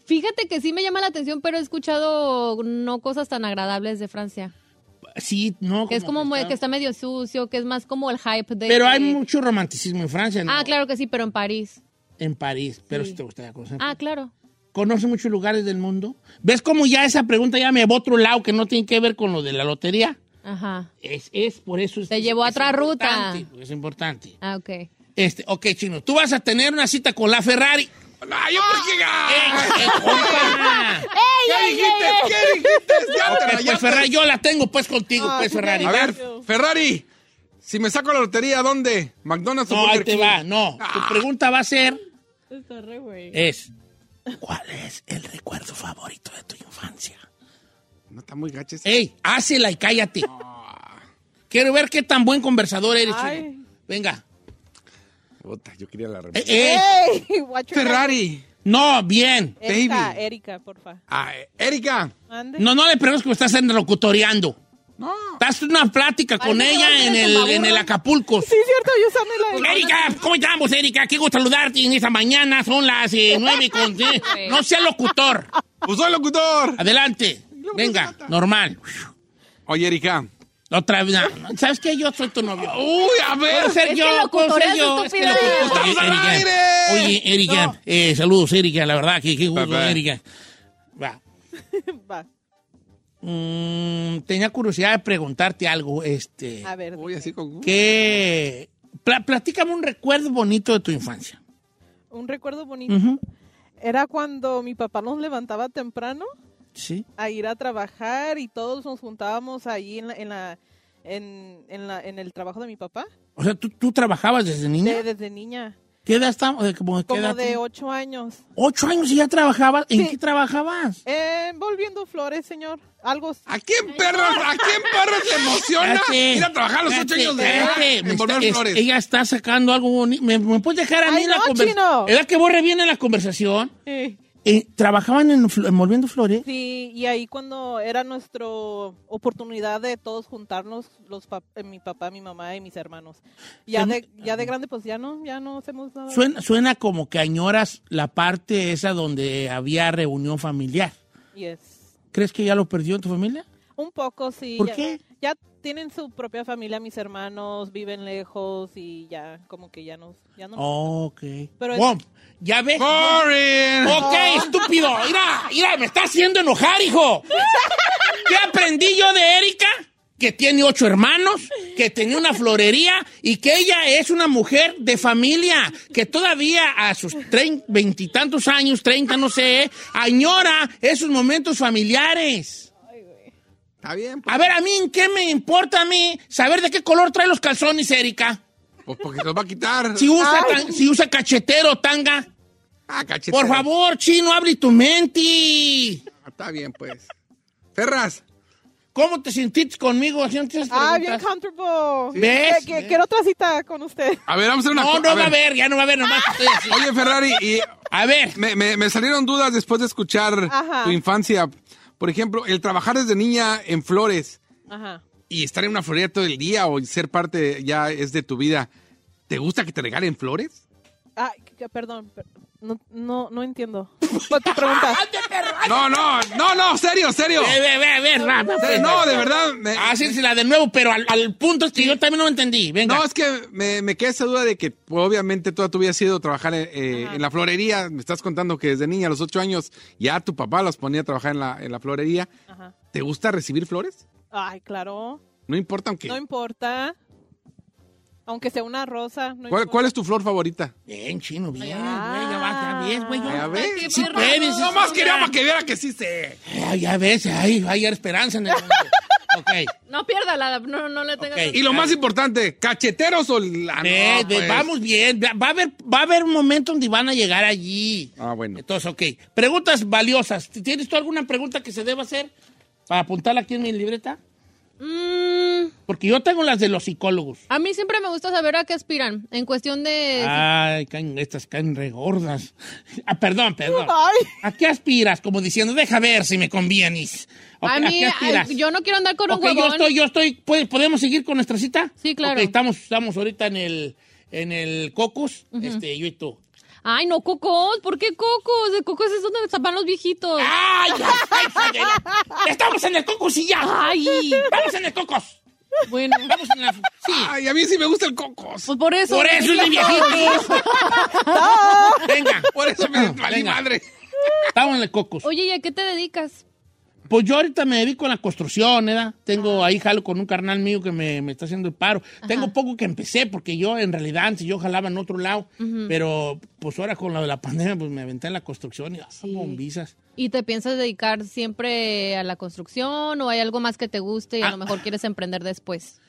S2: Fíjate que sí me llama la atención, pero he escuchado no cosas tan agradables de Francia.
S1: Sí, no.
S2: Que es como
S1: que
S2: muy-
S1: está-
S2: que está medio sucio, que es más como el hype de...
S1: Pero hay
S2: de-
S1: mucho romanticismo en Francia, ¿no?
S2: Ah, claro que sí, pero en París.
S1: En París, pero
S2: Sí.
S1: si te gustaría conocer.
S2: Ah, claro.
S1: conoce muchos lugares del mundo. ¿Ves cómo ya esa pregunta ya me va a otro lado que no tiene que ver con lo de la lotería?
S2: Ajá.
S1: Es, es por eso. es-
S2: Te llevó a
S1: es
S2: otra ruta.
S1: importante, porque Es importante.
S2: Ah, ok.
S1: Este, ok, chino, tú vas a tener una cita con la Ferrari.
S3: No, yo por qué.
S1: ¡Eh, eh, compa!
S3: ¿Qué dijiste? ¿Qué dijiste? Ya te
S1: Ok, pues
S3: rayaste.
S1: Ferrari, yo la tengo pues contigo,
S4: Ah,
S1: pues
S4: sí,
S1: Ferrari.
S3: A
S1: ¿va?
S3: ver, Ferrari, si me saco la lotería, ¿a ¿dónde? ¿McDonald's o
S1: no, ahí
S3: Burger
S1: te
S3: King? Ah.
S1: va, no. Tu pregunta va a ser,
S4: Está re güey.
S1: es, ¿cuál es el recuerdo favorito de tu infancia?
S3: No está muy gacha esa.
S1: Ey, hácela y cállate. Quiero ver qué tan buen conversador eres.
S4: Ay.
S1: chino. Venga.
S3: Puta, yo quería la remota.
S1: Eh, eh.
S4: ¡Ey! watch your back.
S3: Ferrari.
S1: No, bien.
S4: Erika,
S3: Baby.
S4: Erika, porfa.
S3: Ah, eh, Erika.
S4: Mande.
S1: No, no le preguntes que estás locutoreando.
S3: No.
S1: Estás en una plática con
S2: Parece que
S1: ella
S2: vas a
S1: en
S2: ser
S1: el,
S2: tumbaburro.
S1: en el Acapulco.
S4: Sí, cierto, yo usando
S2: Pues,
S4: la
S1: Erika, ¿cómo estamos, Erika? Qué gusto saludarte en esta mañana. Son las eh, nueve con... eh,
S2: Pues.
S1: No sea locutor.
S3: Pues soy locutor.
S1: Adelante. Venga, normal.
S3: Oye, Erika.
S1: Otra vez. no, no, ¿Sabes qué? Yo soy tu novio.
S3: Uy, a
S1: Puedo
S3: ver.
S1: ser
S2: Es
S1: yo,
S2: que
S1: puedo ser
S2: locutoreas,
S1: yo.
S2: estúpida.
S3: ¡Estamos al
S1: Erika,
S3: aire!
S1: Oye, Erika, eh, saludos, Erika, la verdad, que qué gusto,
S3: Bye, bye.
S1: Erika. Va.
S4: Va,
S1: Mm, tenía curiosidad de preguntarte algo, este...
S4: a ver.
S3: Uy, así con...
S1: ¿Qué? Pla- platícame un recuerdo bonito de tu infancia.
S4: Un recuerdo bonito. Era cuando mi papá nos levantaba temprano
S1: Sí.
S4: a ir a trabajar y todos nos juntábamos ahí en la, en la, en, en la- en el trabajo de mi papá.
S1: O sea, ¿tú, tú trabajabas desde niña?
S4: De- desde niña,
S1: ¿Qué edad estamos? ¿De como, de qué
S4: como
S1: edad
S4: de
S1: tienes?
S4: ocho años.
S1: ¿Ocho años y ya trabajabas? ¿En
S4: Sí.
S1: qué trabajabas?
S4: Eh, volviendo flores, señor. Algo.
S3: ¿A quién perros, a quién perros le emociona
S1: Espérate,
S3: ir a trabajar a los ocho
S1: espérate,
S3: años de edad?
S1: espérate, me
S3: Envolver
S1: está- es-
S3: flores.
S1: Ella está sacando algo bonito. ¿Me, me puedes dejar a mí
S4: Ay,
S1: la
S4: no,
S1: conversación?
S4: chino.
S1: ¿Era que borre bien en la conversación?
S4: Eh,
S1: Eh, ¿Trabajaban en fl- envolviendo flores?
S4: Sí, y ahí cuando era nuestra oportunidad de todos juntarnos, los pap- eh, mi papá, mi mamá y mis hermanos. Ya
S1: Se-
S4: de, ya de grande, pues ya no, ya no hacemos nada.
S1: Suena, suena como que añoras la parte esa donde había reunión familiar.
S4: Yes.
S1: ¿Crees que ya lo perdió en tu familia?
S4: Un poco, sí.
S1: ¿Por
S4: ya,
S1: qué?
S4: Ya tienen su propia familia, mis hermanos viven lejos y ya, como que ya no. Ya no
S1: Ok.
S4: Pero es-
S1: Bom, ¿Ya ves?
S3: Boring.
S1: Ok, estúpido. Mira, mira, me está haciendo enojar, hijo. ¿Qué aprendí yo de Erika? Que tiene ocho hermanos, que tenía una florería y que ella es una mujer de familia, que todavía a sus trein- veintitantos años, treinta, no sé, añora esos momentos familiares.
S3: Está bien, pues,
S1: A ver, a mí, ¿en ¿qué me importa a mí saber de qué color trae los calzones, Erika?
S3: pues porque se los va a quitar.
S1: Si usa, tan- si usa cachetero, tanga.
S3: Ah, cachete.
S1: Por favor, chino, abre tu mente.
S3: Ah, Está bien, pues. Ferras.
S1: ¿Cómo te sentiste conmigo haciendo esas
S4: Ah, bien
S1: preguntas?
S4: comfortable.
S1: Sí. Ah. ¿Ves?
S4: Que- que- Quiero otra cita con usted.
S3: A ver, vamos a hacer una
S1: No,
S3: co-
S1: no va a haber, ya no va a haber nomás. estoy así.
S3: Oye, Ferrari, y
S1: A ver,
S3: me, me- me salieron dudas después de escuchar
S4: Ajá.
S3: tu infancia. Por ejemplo, el trabajar desde niña en flores
S4: Ajá.
S3: y estar en una florería todo el día o ser parte ya es de tu vida. ¿Te gusta que te regalen flores?
S4: Ah, que- que- perdón. per- No, no, no entiendo. Por tu pregunta.
S3: No, no, no, no, serio, serio.
S1: ve, ve, ve, ve, Rafa,
S3: Serio,
S1: pues. Ah,
S3: No, de verdad. me-
S1: Hácensela de nuevo, pero al, al punto es que yo también no lo entendí. Venga.
S3: No, es que me, me queda esa duda de que pues, obviamente toda tu vida ha sido trabajar eh, eh, en la florería. Me estás contando que desde niña, a los ocho años, ya tu papá los ponía a trabajar en la, en la florería.
S4: Ajá.
S3: ¿Te gusta recibir flores?
S4: Ay, claro.
S3: No importa, aunque...
S4: No importa. Aunque sea una rosa. No
S3: ¿Cuál,
S4: importa.
S3: cuál es tu flor favorita?
S1: Bien, chino, bien.
S4: Ah.
S1: güey, ya vas, ya ves, güey. yo-
S3: Ya ves.
S1: Si puedes.
S3: No más quería
S1: ya.
S3: para que viera que sí sé.
S1: Ay, ya ves, ay, hay esperanza en el mundo. ok.
S2: No pierda la, no, no le tenga.
S1: Ok.
S3: Y lo más importante, ¿cacheteros o la
S1: Ve,
S3: no,
S1: ve,
S3: pues.
S1: Vamos bien. Va va a, haber, va a haber un momento donde van a llegar allí.
S3: Ah, bueno.
S1: Entonces, Pues, ok. Preguntas valiosas. ¿Tienes tú alguna pregunta que se deba hacer para apuntarla aquí en mi libreta?
S2: Mm,
S1: Porque yo tengo las de los psicólogos.
S2: a mí siempre me gusta saber a qué aspiran en cuestión de
S1: Ay, caen- estas caen regordas. Ah, perdón, perdón.
S4: Ay.
S1: ¿A qué aspiras? Como diciendo, deja ver si me convienes. Ok,
S2: a mí
S1: qué aspiras?
S2: ay, yo no quiero andar con
S1: Ok,
S2: un
S1: yo
S2: huevón.
S1: estoy, yo estoy. ¿puede- ¿Podemos seguir con nuestra cita?
S2: Sí, claro.
S1: Ok, estamos, estamos ahorita en el, en el Cocos, este, yo y tú.
S2: Ay, no cocos, ¿por qué cocos? De cocos es donde tapan los viejitos.
S1: ¡Ay, ya, ay, joder! ¡Estamos en el Cocos y ya!
S2: Ay,
S1: ¡Vamos en el Cocos!
S2: bueno,
S1: ¡Vamos en la... Sí,
S3: Ay, a mí sí me gusta el cocos.
S2: pues por eso.
S1: por eso es de viejitos.
S2: Ah.
S1: Venga,
S3: Por eso me valí
S1: Venga.
S3: madre.
S1: estamos en el Cocos.
S2: Oye, ¿y a qué te dedicas?
S1: Pues yo ahorita me dedico a la construcción, ¿verdad? Tengo ahí jalo con un carnal mío que me, me está haciendo el paro. Tengo poco que empecé porque yo en realidad antes yo jalaba en otro lado, pero pues ahora con la de la pandemia pues me aventé en la construcción y ah,
S2: Sí.
S1: bombizas.
S2: ¿Y te piensas dedicar siempre a la construcción o hay algo más que te guste y a
S1: Ah.
S2: lo mejor quieres emprender después?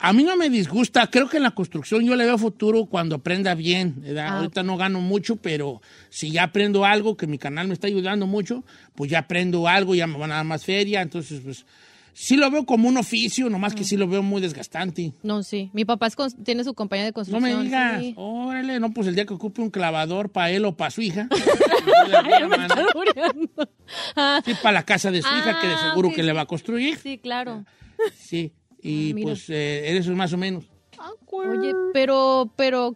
S1: A mí no me disgusta, creo que en la construcción yo le veo futuro cuando aprenda bien. ¿verdad?
S2: Ah,
S1: Ahorita no gano mucho, pero si ya aprendo algo, que mi canal me está ayudando mucho, pues ya aprendo algo, ya me van a dar más feria, entonces pues sí lo veo como un oficio, nomás
S2: Ah.
S1: que sí lo veo muy desgastante.
S2: No, sí. Mi papá es cons- tiene su compañía de
S1: No
S2: construcción.
S1: me digas,
S2: sí.
S1: órale, no, pues el día que ocupe un clavador para él o para su hija.
S2: Ay, me está albureando. Ah,
S1: sí, para la casa de su hija, que de
S2: Ah,
S1: seguro
S2: ok.
S1: que le va a construir.
S2: sí, claro.
S1: Sí, y
S2: Ah, mira.
S1: pues eh, eres más o menos.
S2: Oye, pero, pero,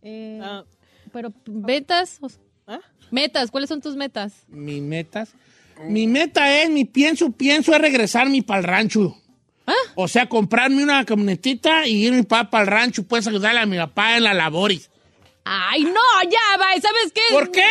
S2: eh,
S4: Ah,
S2: pero metas, o sea,
S4: ¿ah?
S2: metas, ¿cuáles son tus metas?
S1: Mis metas. Mi meta es, mi pienso, pienso es regresarme para el rancho.
S2: ¿Ah?
S1: O sea, comprarme una camionetita y irme para el rancho. Puedes ayudarle a mi papá en la labores.
S2: Ay, no, ya va, ¿sabes qué?
S1: ¿Por qué?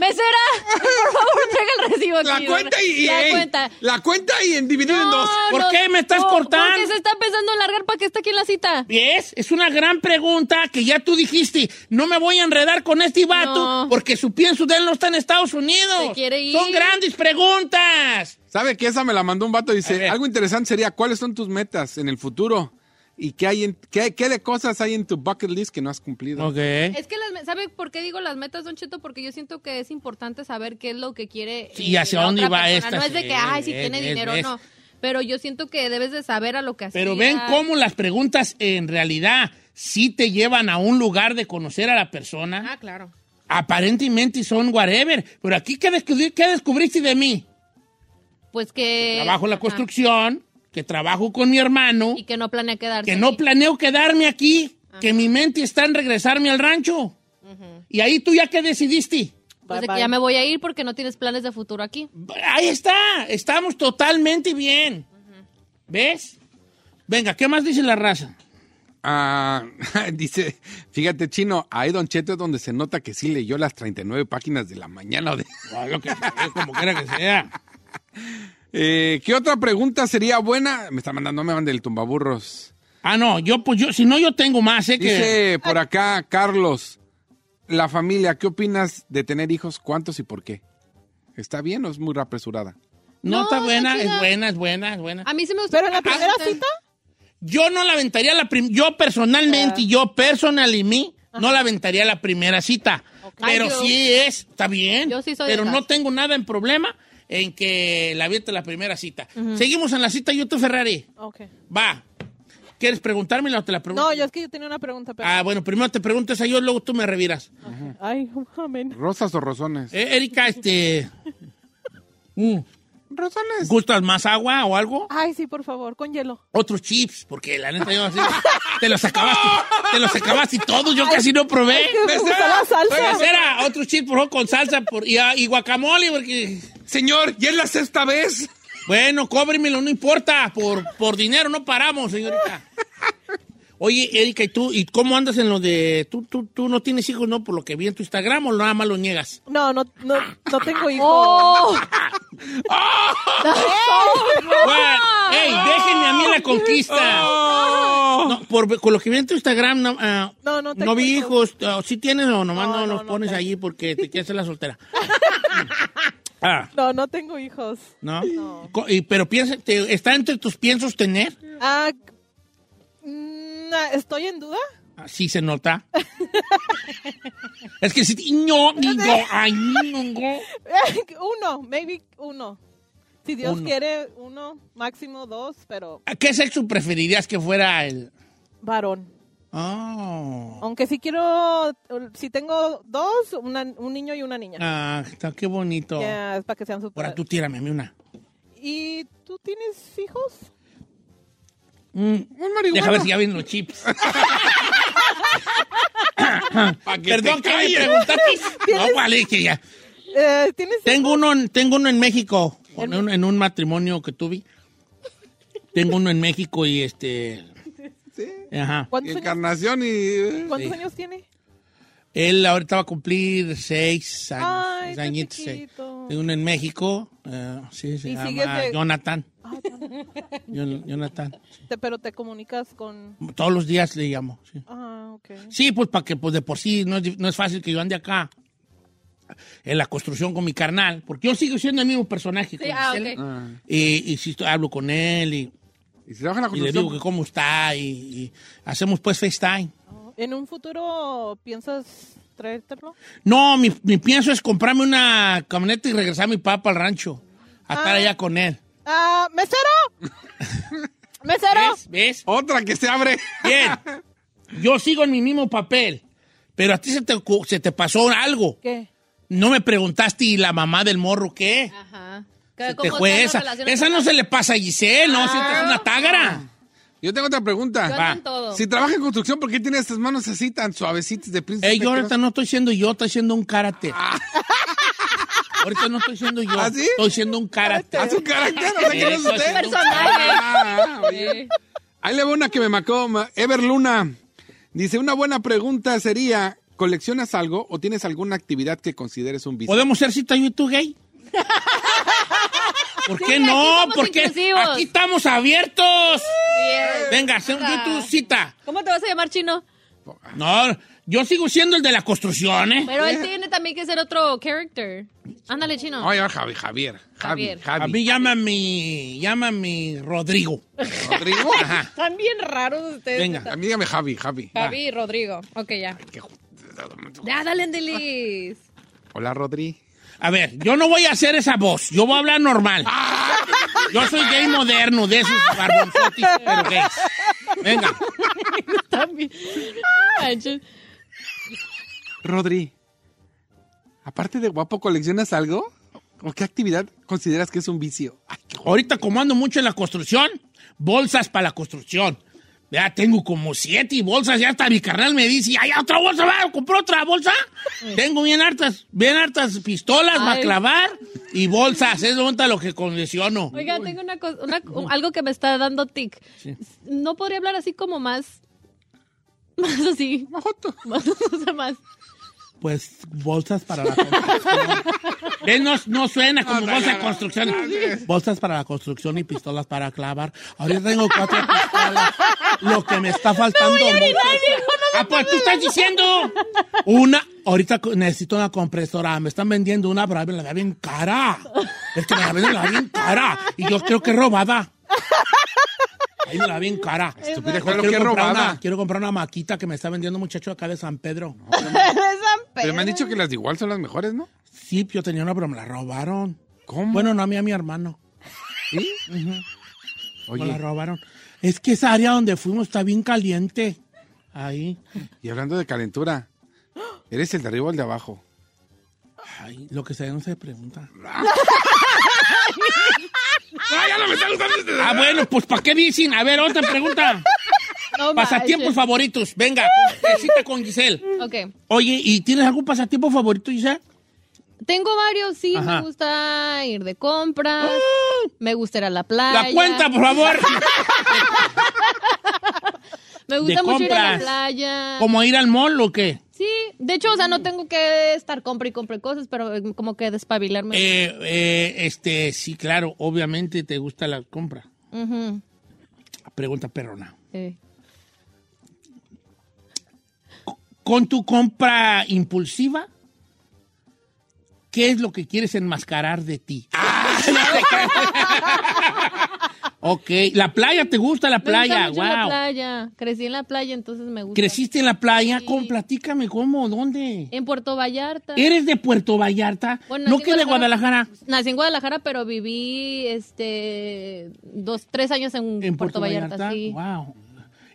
S2: Mesera, por favor, traiga el recibo aquí.
S3: La cuenta y...
S2: La
S3: ey,
S2: cuenta.
S3: La cuenta y en dividir en dos.
S1: ¿Por qué me estás cortando?
S2: Porque se está pensando en largar para que está aquí en la cita.
S1: ¿Ves? Es una gran pregunta que ya tú dijiste. No me voy a enredar con este vato
S2: No.
S1: porque su pienso de él no está en Estados Unidos.
S2: Se quiere ir.
S1: Son grandes preguntas.
S3: ¿Sabe que esa me la mandó un vato?
S1: A
S3: Dice,
S1: ver.
S3: algo interesante sería, ¿cuáles son tus metas en el futuro? ¿Y qué, hay en- qué, qué de cosas hay en tu bucket list que no has cumplido?
S1: ¿Eh?
S2: Es que, las, me- ¿sabe por qué digo las metas, Don Cheto? Porque yo siento que es importante saber qué es lo que quiere.
S1: Sí,
S2: eh,
S1: hacia
S2: la
S1: dónde
S2: otra
S1: va
S2: persona.
S1: esta,
S2: No es de
S1: sí,
S2: que, ay, si
S1: ves,
S2: tiene
S1: ves,
S2: dinero
S1: ves.
S2: o no. Pero yo siento que debes de saber a lo que
S1: Pero
S2: aspira.
S1: ven cómo las preguntas en realidad sí te llevan a un lugar de conocer a la persona.
S2: Ah, claro.
S1: Aparentemente son whatever. Pero aquí, ¿qué, descubrí- qué descubriste de mí?
S2: Pues que...
S1: trabajo en la
S2: Ajá.
S1: construcción, que trabajo con mi hermano,
S2: Y que no planea quedarse.
S1: que no
S2: aquí.
S1: planeo quedarme aquí, que mi mente está en regresarme al rancho. Y ahí tú ya que decidiste.
S2: Pues
S4: Bye,
S2: de que
S4: bye.
S2: ya me voy a ir porque no tienes planes de futuro aquí.
S1: Ahí está, estamos totalmente bien. ¿Ves? Venga, ¿qué más dice la raza?
S3: Ah, dice, fíjate, Chino, ahí Don Cheto es donde se nota que sí leyó las 39 páginas de la mañana. o de-
S1: Ah, lo que- como quiera que sea.
S3: Eh, ¿Qué otra pregunta sería buena? Me está mandando, no me mande el tumbaburros.
S1: Ah, no, yo pues yo, si no yo tengo más, ¿eh? Que...
S3: Dice por acá, Carlos, la familia, ¿qué opinas de tener hijos? ¿Cuántos y por qué? ¿Está bien o es muy apresurada?
S1: No,
S2: No,
S1: está
S2: está
S1: buena,
S2: chida.
S1: es buena, es buena, es buena.
S2: A mí se me gusta.
S4: Pero en la primera
S2: Ah,
S4: cita,
S1: Yo no la aventaría la prim- yo personalmente, yo personal y mí, no la aventaría la primera cita. Pero
S2: Ay, yo-
S1: sí es, está bien.
S2: Yo sí soy
S1: pero
S2: de
S1: no
S2: esas.
S1: tengo nada en problema en que la aviente la primera cita.
S2: Mm.
S1: Seguimos en la cita YouTube Ferrari.
S4: ok.
S1: Va. ¿Quieres preguntármela o te la pregunto?
S4: No, yo es que yo tenía una pregunta, pero...
S1: Ah, bueno, primero te pregunto esa yo, luego tú me reviras.
S4: Ay, amén.
S3: ¿Rosas o rosones?
S1: Ah. Eh, Erika, este. mm,
S3: Rosones.
S1: ¿Gustas más agua o algo?
S4: Ay, sí, por favor, con hielo.
S1: Otros chips, porque la neta yo así. te los acabaste. te los acabaste todos, yo casi no probé.
S4: Que me gusta la salsa.
S1: Tercera, otros chips, por favor, con salsa por, y, ah, y guacamole, porque.
S3: Señor, ya es la sexta vez.
S1: Bueno, cóbremelo, no importa. Por, por dinero no paramos, señorita. Oye, Erika, ¿y tú? ¿Y cómo andas en lo de.? Tú, tú, tú no tienes hijos, ¿no? Por lo que vi en tu Instagram, o nada más lo niegas.
S4: No, no, no, no tengo hijos.
S1: ¡Oh! What? ¡Ey, déjenme a mí la conquista!
S3: Oh.
S1: No, por, con lo que vi en tu Instagram, no, ah,
S4: No, no tengo
S1: no vi hijos.
S4: hijos.
S1: Ah, ¿Sí tienes o nomás no,
S4: No, no,
S1: los
S4: no
S1: pones
S4: tengo.
S1: allí porque te quieres hacer la soltera? ah,
S4: No, no tengo hijos.
S1: ¿no? Co- y- pero piensa, te- ¿está entre tus piensos tener?
S4: Ah, mm, ah, estoy en duda.
S1: Así se nota. es que si... No, digo, ay, no, no.
S4: uno, maybe uno. Si Dios
S1: Uno.
S4: quiere, uno, máximo dos, pero
S1: ¿A ¿Qué sexo preferirías que fuera el...?
S4: varón.
S1: Oh.
S4: Aunque si quiero, si tengo dos, una- un niño y una niña.
S1: Ah, está- qué bonito.
S4: Ya, es para que sean super.
S1: Ahora tú tírame a mí una.
S4: ¿Y tú tienes hijos?
S1: Mm,
S3: Un marihuana.
S1: Deja ver si ya vienen los chips.
S3: Pa' que
S1: Perdón que
S3: te
S1: me
S3: calles.
S1: preguntaste. No, vale, que ya.
S4: Eh, ¿Tienes
S1: Tengo uno, en- tengo uno en México, en un, en un matrimonio que tuve. Tengo uno en México y este... Ajá.
S4: ¿Cuántos, años,
S3: Encarnación y... eh,
S4: ¿cuántos
S1: Sí.
S4: años tiene?
S1: Él ahorita va a cumplir seis años.
S4: Ay,
S1: seis
S4: está
S1: añitos, sí.
S4: chiquito.
S1: Tengo uno en México. eh, sí, se
S4: ¿Y
S1: llama
S4: sigues de-
S1: Jonathan. Jon- Jonathan.
S4: Ah, Te- pero te comunicas con...
S1: Todos los días le llamo. Sí,
S4: Ah, ok.
S1: Sí, pues para que pues de por sí no es, dif- no es fácil que yo ande acá en la construcción con mi carnal. Porque yo sigo siendo el mismo personaje. con
S2: Sí, ah,
S1: Gisela.
S2: ok.
S1: Y, y sí, estoy- hablo con él y,
S3: Y se trabaja en la
S1: y le digo que
S3: construcción.
S1: cómo está y, y hacemos pues FaceTime.
S4: ¿En un futuro piensas traértelo?
S1: No, mi, mi pienso es comprarme una camioneta y regresar a mi papá al rancho. A estar
S4: Ah.
S1: allá con él.
S4: Ah, mesero. mesero.
S1: ¿Ves? ¿Ves?
S3: Otra que se abre.
S1: Bien. Yo sigo en mi mismo papel. Pero a ti se te, ocu- se te pasó algo.
S4: ¿Qué?
S1: No me preguntaste y la mamá del morro qué.
S2: Ajá.
S1: Se te
S2: ¿Cómo
S1: fue
S2: están
S1: esa.
S2: las relaciones
S1: Esa no se le pasa a Giselle, ¿no? Si esta es
S2: Ah,
S1: una tágara.
S3: Ah. Yo tengo otra
S2: Yo
S3: pregunta.
S2: ando
S1: va.
S2: en todo.
S3: Si trabaja en construcción, ¿por qué tiene estas manos así tan suavecitas de príncipe?
S1: Ey, yo ahorita no estoy siendo yo, estoy siendo un karate. Ahorita no estoy siendo yo.
S3: ¿Ah, sí? ¿Ah,
S1: Estoy siendo un karate.
S3: A su carácter, o sea, que no es
S1: Eso,
S3: usted.
S1: haciendo un
S3: Ah, oye.
S2: Sí.
S3: Ahí le va una que me marcó ma- Ever Luna. Dice, una buena pregunta sería, ¿coleccionas algo o tienes alguna actividad que consideres un vicio?
S1: ¿Podemos ser cita yo y tú gay? ¿Por qué
S2: aquí
S1: no?
S2: somos
S1: Porque
S2: inclusivos.
S1: aquí estamos abiertos.
S2: Bien.
S1: Venga, hacemos yo y tú cita.
S2: ¿Cómo te vas a llamar chino?
S1: No, yo sigo siendo el de la construcción, ¿eh?
S2: Pero él tiene también que ser otro character. Ándale, chino.
S3: Ay, Javi, Javier. Javi,
S2: Javier.
S3: Javi.
S1: A mí llama mi, llama mi Rodrigo.
S3: Rodrigo. Ajá.
S2: Están bien raros ustedes.
S1: Venga.
S3: A mí dígame Javi, Javi.
S2: Javi y Rodrigo. Ok, ya. Ya, dale, Andelis.
S3: Hola, Rodri.
S1: A ver, yo no voy a hacer esa voz, yo voy a hablar normal.
S3: Ah.
S1: Yo soy gay moderno, de esos barbonzotis, pero gays. Venga,
S2: También. Manches.
S3: Rodri. Aparte de guapo, ¿coleccionas algo? ¿O qué actividad consideras que es un vicio? Ay, qué jo-
S1: ahorita como ando mucho en la construcción, bolsas para la construcción. Ya tengo como siete bolsas, ya hasta mi carnal me dice, ¡ay, otra bolsa! ¿Va? ¿Compró otra bolsa? Tengo bien hartas, bien hartas pistolas
S2: Ay.
S1: para clavar y bolsas, es ahorita lo que condiciono.
S2: Oiga, tengo una cosa, una- un- algo que me está dando tic. No podría hablar así como más. Más así.
S3: Majoto.
S2: Más, o sea, más.
S1: Pues bolsas para la construcción. Ven, no, no suena como bolsa de construcción. Bolsas para la construcción y pistolas para clavar. Ahorita tengo cuatro pistolas. Lo que me está faltando. mucho es- Ah, pues tú estás diciendo una. Ahorita necesito una compresora. Me están vendiendo una, pero me la da bien cara. Es que me la venden la da bien cara. Y yo creo que es robada. Ahí me la da bien cara.
S3: Estúpida,
S1: Mejor
S3: claro que es
S1: comprar
S3: robada.
S1: Una, quiero comprar una maquita que me está vendiendo un muchacho acá de San Pedro.
S3: Pero me han dicho que las de igual son las mejores, ¿no?
S1: Sí, yo tenía una, pero me la robaron.
S3: ¿Cómo?
S1: Bueno, no a mí, a mi hermano.
S3: ¿Sí?
S1: Me la
S3: Oye,
S1: robaron. Es que esa área donde fuimos está bien caliente. Ahí.
S3: y hablando de calentura, ¿eres el de arriba o el de abajo?
S1: Ay, lo que se ve no se pregunta.
S3: ¡Ah, ya no me está gustando este!
S1: Ah, bueno, pues ¿para qué dicen? A ver, otra pregunta.
S2: No
S1: Pasatiempos
S2: manches.
S1: favoritos. Venga, cita con Giselle.
S2: Ok.
S1: Oye, ¿y tienes algún pasatiempo favorito, Giselle?
S2: Tengo varios, sí.
S1: Ajá. ¡Ah!
S2: Me gusta ir de compras. Me gusta ir a la playa.
S1: La cuenta, por favor.
S2: Me
S1: de
S2: gusta mucho ir a la
S1: compras.
S2: playa.
S1: ¿Como ir al mall o qué?
S2: Sí, de hecho, o sea,
S1: Mm.
S2: no tengo que estar compra y compra cosas, pero eh, como que despabilarme.
S1: Eh, eh, este, sí, claro, obviamente te gusta la compra.
S2: Ujú,
S1: Pregunta perrona.
S2: sí.
S1: Con tu compra impulsiva, ¿qué es lo que quieres enmascarar de ti? ok, la playa, ¿te gusta la
S2: Me gusta
S1: playa?
S2: mucho
S1: wow.
S2: la playa. Crecí en la playa, entonces me gusta.
S1: ¿Creciste en la playa? ¿Cómo? Platícame, ¿cómo? ¿Dónde?
S2: En Puerto Vallarta.
S1: ¿Eres de Puerto Vallarta?
S2: Bueno,
S1: ¿No
S2: nací en
S1: que de Guadalajara?
S2: Nací en Guadalajara, pero viví este dos, tres años en,
S1: ¿En
S2: Puerto, Vallarta, sí.
S1: Wow.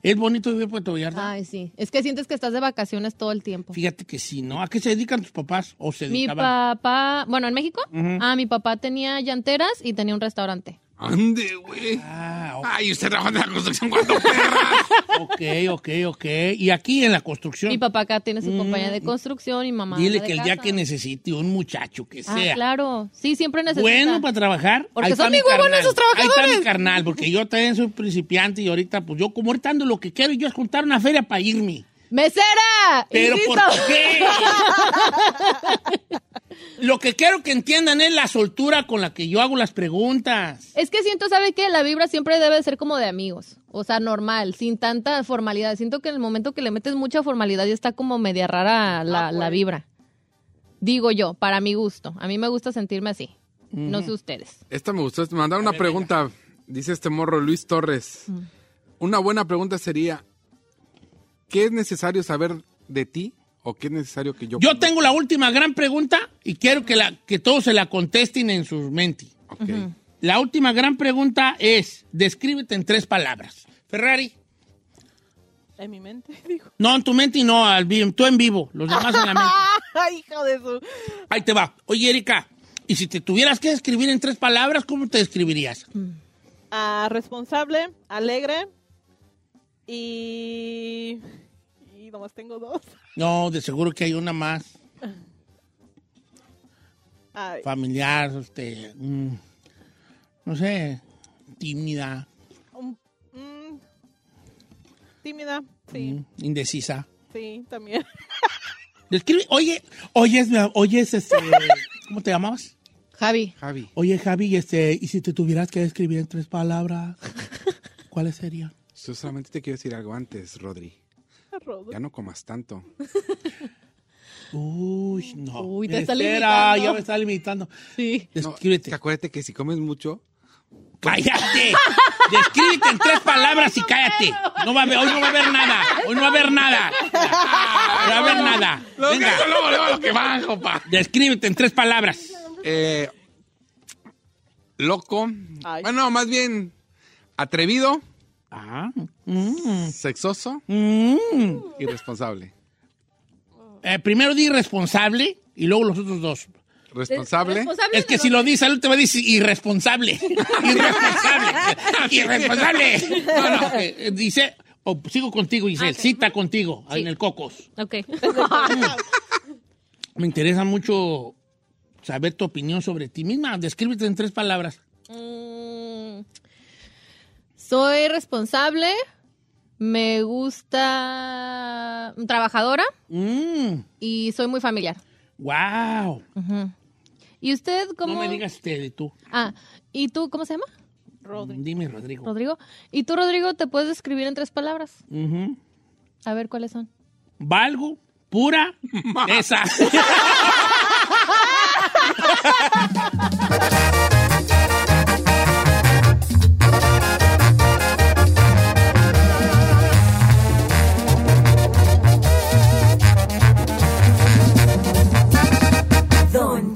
S1: Es bonito vivir en Puerto Vallarta.
S2: Ay, sí. Es que sientes que estás de vacaciones todo el tiempo.
S1: Fíjate que sí, ¿no? ¿A qué se dedican tus papás? ¿O se
S2: Mi
S1: dedicaban?
S2: papá, bueno, en México, ah, mi papá tenía llanteras y tenía un restaurante.
S3: ¡Ande, güey!
S1: Ah,
S3: ¡Ay, usted trabaja en la construcción cuando perra!
S1: ok, ok, ok. Y aquí en la construcción.
S2: Mi papá acá tiene su compañía de construcción y mamá.
S1: Mm. Dile
S2: de
S1: que el
S2: casa.
S1: día que necesite un muchacho que
S2: Ah,
S1: sea
S2: claro. Sí, siempre necesita.
S1: bueno pues, para trabajar.
S2: Porque
S1: ahí está
S2: son
S1: mi
S2: bien huevones
S1: carnal.
S2: sus
S1: Ahí está
S2: trabajadores.
S1: mi carnal, porque yo también soy principiante y ahorita, pues yo como ahorita ando lo que quiero, yo es juntar una feria para irme.
S2: ¡Mesera!
S1: Pero ¿por
S2: Insisto.
S1: qué? Lo que quiero que entiendan es la soltura con la que yo hago las preguntas.
S2: Es que siento, ¿sabe qué? La vibra siempre debe ser como de amigos. O sea, normal, sin tanta formalidad. Siento que en el momento que le metes mucha formalidad ya está como media rara la, la vibra. Digo yo, para mi gusto. A mí me gusta sentirme así. Mm. No sé ustedes.
S3: Esta me gustó. Me mandaron una pregunta. Dice este morro Luis Torres. Una buena pregunta sería: ¿qué es necesario saber de ti o qué es necesario que yo.
S1: Yo tengo la última gran pregunta y quiero que, la, que todos se la contesten en sus mentes.
S3: Ok.
S1: La última gran pregunta es, descríbete en tres palabras. Ferrari,
S4: En mi mente, dijo.
S1: no en tu mente y no, al vi- tú en vivo, los demás Pues en la mente.
S4: Ay, hijo de su.
S1: Ahí te va. Oye, Erika, y si te tuvieras que describir en tres palabras, ¿cómo te describirías?
S4: Ah, responsable, alegre y. Y nomás tengo dos.
S1: No, de seguro que hay una más.
S4: Ay,
S1: familiar, este, mm, no sé, tímida,
S4: un- mm, tímida, sí,
S1: mm, indecisa.
S4: sí, también.
S1: Describe, oye, oye, es- oye, es, este, ¿cómo te llamabas?
S2: Javi.
S3: Javi.
S1: Oye, Javi, y este, y si te tuvieras que describir en tres palabras, ¿cuáles serían?
S3: Yo solamente te quiero decir algo antes, Rodri.
S4: Rodo.
S3: Ya no comas tanto.
S1: Uy, no.
S2: Uy, te está
S1: Espera,
S2: limitando.
S1: ya me está limitando.
S2: Sí.
S3: No,
S1: Descríbete.
S3: que acuérdate que si comes mucho.
S1: ¡Cállate! Eh, Descríbete en tres palabras y cállate. No va a haber, hoy no va a haber nada. Hoy no va a haber nada. No va a haber nada. Venga,
S3: luego, luego lo que van, compa.
S1: descríbete en tres palabras.
S3: Eh, loco.
S4: Ay.
S3: Bueno, más bien atrevido,
S1: Ah.
S3: sexoso
S1: Mm.
S3: y responsable.
S1: Eh, primero di irresponsable y luego los otros dos.
S3: Responsable.
S2: Responsable
S1: Es que
S2: de
S1: si lo dices al último dice irresponsable. irresponsable. irresponsable. No, no, eh, eh, dice, o sigo contigo, Giselle. Cita contigo ahí
S2: Sí.
S1: en el Cocos.
S2: Ok.
S1: Me interesa mucho saber tu opinión sobre ti misma. Descríbete en tres palabras.
S2: Mm, soy responsable. Me gusta. Trabajadora.
S1: Mm,
S2: Y soy muy familiar.
S1: wow.
S2: ¿Y usted cómo?
S1: No me digas usted y tú.
S2: Ah, ¿y tú cómo se llama?
S1: Dime, Rodrigo.
S2: Rodrigo. ¿Y tú, Rodrigo, te puedes describir en tres palabras?
S1: Ujú.
S2: A ver cuáles son.
S1: valgo, pura, esa.
S6: Don